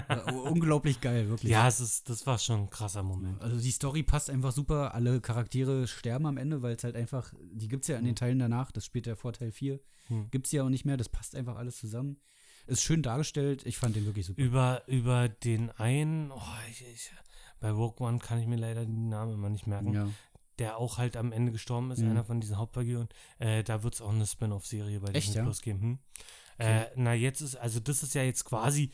[SPEAKER 1] War u- Unglaublich geil, wirklich.
[SPEAKER 2] ja, es ist, das war schon ein krasser Moment.
[SPEAKER 1] Also die Story passt einfach super. Alle Charaktere sterben am Ende, weil es halt einfach, die gibt es ja in den Teilen danach, das spielt der Vorteil 4,
[SPEAKER 2] Hm.
[SPEAKER 1] gibt es ja auch nicht mehr, das passt einfach alles zusammen. Ist schön dargestellt, ich fand den wirklich super.
[SPEAKER 2] Über, über den einen, oh, ich, ich, bei Rogue One kann ich mir leider den Namen immer nicht merken.
[SPEAKER 1] Ja.
[SPEAKER 2] der auch halt am Ende gestorben ist,
[SPEAKER 1] Mhm.
[SPEAKER 2] einer von diesen Hauptfiguren, äh, da wird es auch eine Spin-off-Serie bei
[SPEAKER 1] Echt,
[SPEAKER 2] Disney
[SPEAKER 1] ja?
[SPEAKER 2] Plus geben. Hm?
[SPEAKER 1] Okay.
[SPEAKER 2] Äh, na, jetzt ist, also das ist ja jetzt quasi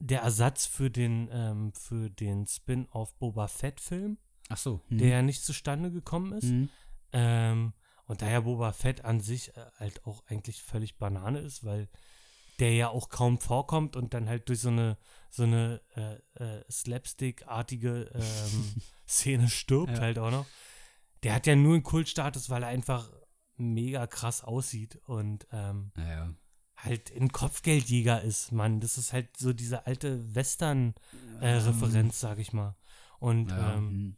[SPEAKER 2] der Ersatz für den, ähm, für den Spin-off Boba Fett-Film,
[SPEAKER 1] Ach so. hm.
[SPEAKER 2] der ja nicht zustande gekommen ist.
[SPEAKER 1] Mhm.
[SPEAKER 2] Ähm, und daher Boba Fett an sich äh, halt auch eigentlich völlig Banane ist, weil der ja auch kaum vorkommt und dann halt durch so eine, so eine äh, äh, Slapstick-artige ähm, Szene stirbt
[SPEAKER 1] Ja.
[SPEAKER 2] halt auch noch. Der hat ja nur einen Kultstatus, weil er einfach mega krass aussieht und ähm,
[SPEAKER 1] Naja.
[SPEAKER 2] halt ein Kopfgeldjäger ist, Mann. Das ist halt so diese alte Western-Referenz, sag ich mal. Und
[SPEAKER 1] Ja,
[SPEAKER 2] ähm,
[SPEAKER 1] hm.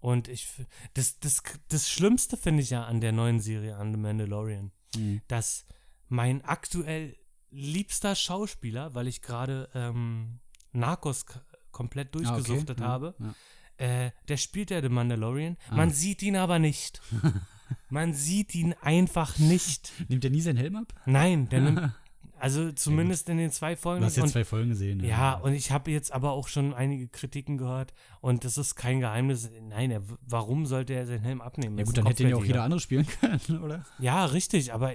[SPEAKER 2] und ich, f- das, das, das Schlimmste finde ich ja an der neuen Serie, an The Mandalorian,
[SPEAKER 1] Hm.
[SPEAKER 2] dass mein aktuell liebster Schauspieler, weil ich gerade ähm, Narcos k- komplett
[SPEAKER 1] Ah, okay.
[SPEAKER 2] durchgesuchtet
[SPEAKER 1] Ja,
[SPEAKER 2] habe,
[SPEAKER 1] Ja.
[SPEAKER 2] äh, der spielt ja The Mandalorian.
[SPEAKER 1] Ah.
[SPEAKER 2] Man sieht ihn aber nicht. Man sieht ihn einfach nicht.
[SPEAKER 1] Hm. Nimmt er nie seinen Helm ab?
[SPEAKER 2] Nein, der nimmt, also zumindest in den zwei Folgen.
[SPEAKER 1] Du hast jetzt
[SPEAKER 2] und-
[SPEAKER 1] zwei Folgen gesehen.
[SPEAKER 2] ja, und ich habe jetzt aber auch schon einige Kritiken gehört und das ist kein Geheimnis. Nein, er, warum sollte er seinen Helm abnehmen?
[SPEAKER 1] ja
[SPEAKER 2] Das
[SPEAKER 1] gut,
[SPEAKER 2] ist
[SPEAKER 1] dann
[SPEAKER 2] ein
[SPEAKER 1] hätte ihn ja auch
[SPEAKER 2] Kopfgeldjäger.
[SPEAKER 1] jeder andere spielen können, oder?
[SPEAKER 2] Ja, richtig, aber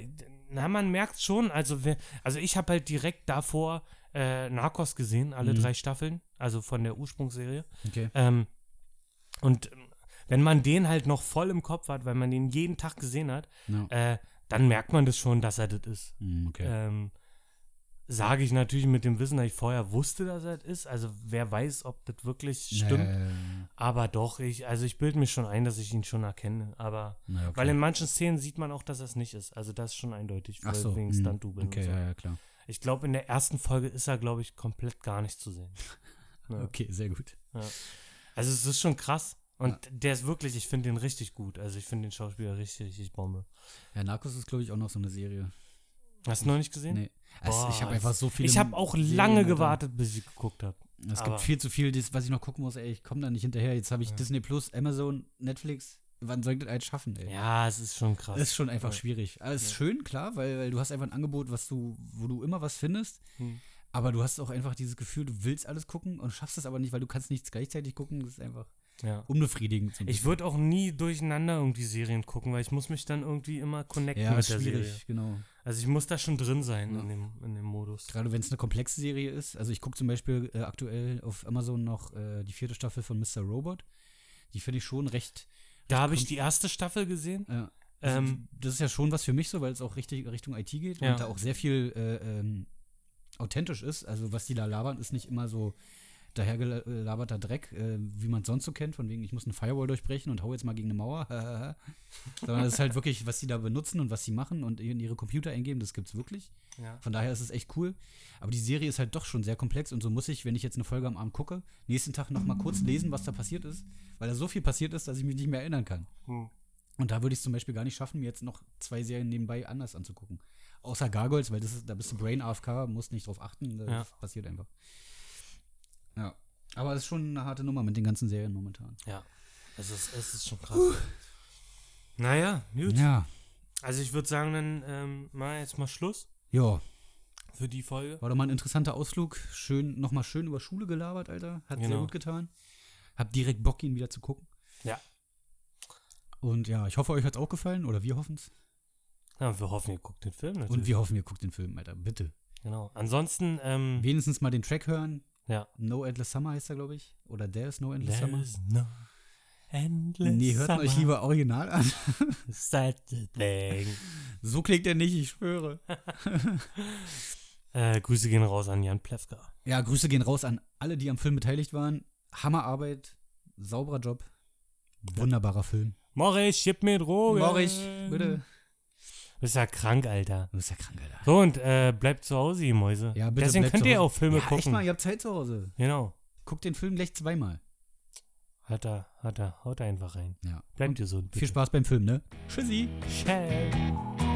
[SPEAKER 2] na, man merkt schon, also, wer- also ich habe halt direkt davor äh, Narcos gesehen, alle
[SPEAKER 1] Mhm.
[SPEAKER 2] drei Staffeln, also von der Ursprungsserie.
[SPEAKER 1] Okay.
[SPEAKER 2] Ähm, und ähm, wenn man den halt noch voll im Kopf hat, weil man den jeden Tag gesehen hat,
[SPEAKER 1] No.
[SPEAKER 2] äh, dann merkt man das schon, dass er das ist.
[SPEAKER 1] Hm, okay.
[SPEAKER 2] Ähm, sage ich natürlich mit dem Wissen, dass ich vorher wusste, dass er das ist. Also wer weiß, ob das wirklich stimmt.
[SPEAKER 1] Ähm,
[SPEAKER 2] Aber doch, ich, also ich bilde mir schon ein, dass ich ihn schon erkenne. Aber
[SPEAKER 1] na, okay.
[SPEAKER 2] weil in manchen Szenen sieht man auch, dass er es nicht ist. Also das ist schon eindeutig
[SPEAKER 1] Ach
[SPEAKER 2] weil
[SPEAKER 1] so,
[SPEAKER 2] wegen
[SPEAKER 1] hm.
[SPEAKER 2] Stunt-Double.
[SPEAKER 1] Okay,
[SPEAKER 2] und so.
[SPEAKER 1] ja, ja, klar.
[SPEAKER 2] Ich glaube, in der ersten Folge ist er, glaube ich, komplett gar nicht zu sehen. Ja.
[SPEAKER 1] Okay, sehr gut.
[SPEAKER 2] Also es ist schon krass. Und der ist wirklich, ich finde den richtig gut. Also ich finde den Schauspieler richtig, richtig Bombe.
[SPEAKER 1] Ja, Narcos ist, glaube ich, auch noch so eine Serie.
[SPEAKER 2] Hast du noch nicht gesehen?
[SPEAKER 1] Nee. Also, ich
[SPEAKER 2] Boah,
[SPEAKER 1] habe einfach so viele.
[SPEAKER 2] Ich habe auch
[SPEAKER 1] Serien,
[SPEAKER 2] lange
[SPEAKER 1] Alter.
[SPEAKER 2] gewartet, bis ich geguckt habe.
[SPEAKER 1] Es
[SPEAKER 2] aber-
[SPEAKER 1] gibt viel zu viel, das- was ich noch gucken muss, ey. Ich komme da nicht hinterher. Jetzt habe ich
[SPEAKER 2] Ja.
[SPEAKER 1] Disney Plus, Amazon, Netflix. Wann soll ich das alles schaffen, ey?
[SPEAKER 2] Ja, es ist schon krass.
[SPEAKER 1] Das ist schon einfach
[SPEAKER 2] Ja.
[SPEAKER 1] schwierig. Aber es ist
[SPEAKER 2] Ja.
[SPEAKER 1] schön, klar, weil, weil du hast einfach ein Angebot, was du, wo du immer was findest.
[SPEAKER 2] Hm.
[SPEAKER 1] Aber du hast auch einfach dieses Gefühl, du willst alles gucken und schaffst es aber nicht, weil du kannst nichts gleichzeitig gucken. Das ist einfach
[SPEAKER 2] ja.
[SPEAKER 1] unbefriedigend. so ein
[SPEAKER 2] Ich würde auch nie durcheinander irgendwie Serien gucken, weil ich muss mich dann irgendwie immer
[SPEAKER 1] bisschen.
[SPEAKER 2] connecten
[SPEAKER 1] ja,
[SPEAKER 2] mit
[SPEAKER 1] ist
[SPEAKER 2] der
[SPEAKER 1] schwierig,
[SPEAKER 2] Serie.
[SPEAKER 1] genau.
[SPEAKER 2] Also ich muss da schon drin sein
[SPEAKER 1] Ja.
[SPEAKER 2] in, dem, in dem Modus.
[SPEAKER 1] Gerade wenn es eine komplexe Serie ist. Also ich gucke zum Beispiel äh, aktuell auf Amazon noch äh, die vierte Staffel von Mr. Robot. Die finde ich schon recht.
[SPEAKER 2] Da habe ich
[SPEAKER 1] kom-
[SPEAKER 2] die erste Staffel gesehen.
[SPEAKER 1] Äh,
[SPEAKER 2] Ähm,
[SPEAKER 1] das ist ja schon was für mich so, weil es auch richtig Richtung IT geht
[SPEAKER 2] Ja.
[SPEAKER 1] und da auch sehr viel äh, ähm, authentisch ist. Also was die da labern, ist nicht immer so dahergelaberter Dreck, äh, wie man es sonst so kennt, von wegen, ich muss eine Firewall durchbrechen und hau jetzt mal gegen eine Mauer. Sondern es ist halt wirklich, was die da benutzen und was sie machen und in ihre Computer eingeben, das gibt's wirklich.
[SPEAKER 2] ja.
[SPEAKER 1] Von daher ist es echt cool. Aber die Serie ist halt doch schon sehr komplex und so muss ich, wenn ich jetzt eine Folge am Abend gucke, nächsten Tag noch mal kurz lesen, was da passiert ist, weil da so viel passiert ist, dass ich mich nicht mehr erinnern kann.
[SPEAKER 2] Hm.
[SPEAKER 1] Und da würde ich es zum Beispiel gar nicht schaffen, mir jetzt noch zwei Serien nebenbei anders anzugucken. Außer Gargoyles, weil das ist, da bist du Brain AFK, musst nicht drauf achten, das
[SPEAKER 2] Ja.
[SPEAKER 1] passiert einfach. Ja. Aber es ist schon eine harte Nummer mit den ganzen Serien momentan.
[SPEAKER 2] ja. Es ist, es ist schon krass. Naja, gut.
[SPEAKER 1] Ja.
[SPEAKER 2] Also ich würde sagen, dann ähm, mal jetzt mal Schluss
[SPEAKER 1] Ja,
[SPEAKER 2] für die Folge.
[SPEAKER 1] war doch mal ein interessanter Ausflug. Schön, nochmal schön über Schule gelabert, Alter. Hat sehr
[SPEAKER 2] Genau.
[SPEAKER 1] gut getan. Hab direkt Bock, ihn wieder zu gucken.
[SPEAKER 2] Ja.
[SPEAKER 1] Und ja, ich hoffe, euch hat's auch gefallen. Oder wir hoffen's.
[SPEAKER 2] Ja, wir hoffen, ihr guckt den Film natürlich.
[SPEAKER 1] Und wir hoffen, ihr guckt den Film, Alter. Bitte.
[SPEAKER 2] Genau. Ansonsten, ähm,
[SPEAKER 1] Wenigstens mal den Track hören.
[SPEAKER 2] Ja.
[SPEAKER 1] No Endless Summer heißt er, glaube ich. Oder There is No Endless
[SPEAKER 2] there
[SPEAKER 1] Summer.
[SPEAKER 2] is no endless
[SPEAKER 1] Nee, hört
[SPEAKER 2] summer.
[SPEAKER 1] euch lieber original an.
[SPEAKER 2] Is that the thing?
[SPEAKER 1] So klingt er nicht, ich schwöre.
[SPEAKER 2] äh, Grüße gehen raus an Jan Plewka.
[SPEAKER 1] Ja, Grüße gehen raus an alle, die am Film beteiligt waren. Hammerarbeit, sauberer Job, wunderbarer Film.
[SPEAKER 2] Morris, gib mir Drogen.
[SPEAKER 1] Morich, bitte.
[SPEAKER 2] Du bist ja krank, Alter.
[SPEAKER 1] Du bist ja krank, Alter.
[SPEAKER 2] So, und äh, bleibt zu Hause, ihr Mäuse.
[SPEAKER 1] Ja, bitte
[SPEAKER 2] Deswegen
[SPEAKER 1] bleibt
[SPEAKER 2] könnt
[SPEAKER 1] zu
[SPEAKER 2] ihr
[SPEAKER 1] Hause.
[SPEAKER 2] auch Filme
[SPEAKER 1] ja, echt
[SPEAKER 2] gucken.
[SPEAKER 1] mal, ihr habt Zeit zu Hause.
[SPEAKER 2] Genau.
[SPEAKER 1] Guckt den Film gleich zweimal.
[SPEAKER 2] Hat er, hat er. Haut einfach rein.
[SPEAKER 1] Ja.
[SPEAKER 2] Bleibt gesund.
[SPEAKER 1] Viel
[SPEAKER 2] bitte.
[SPEAKER 1] Spaß beim Film, ne? Tschüssi.
[SPEAKER 2] Ciao.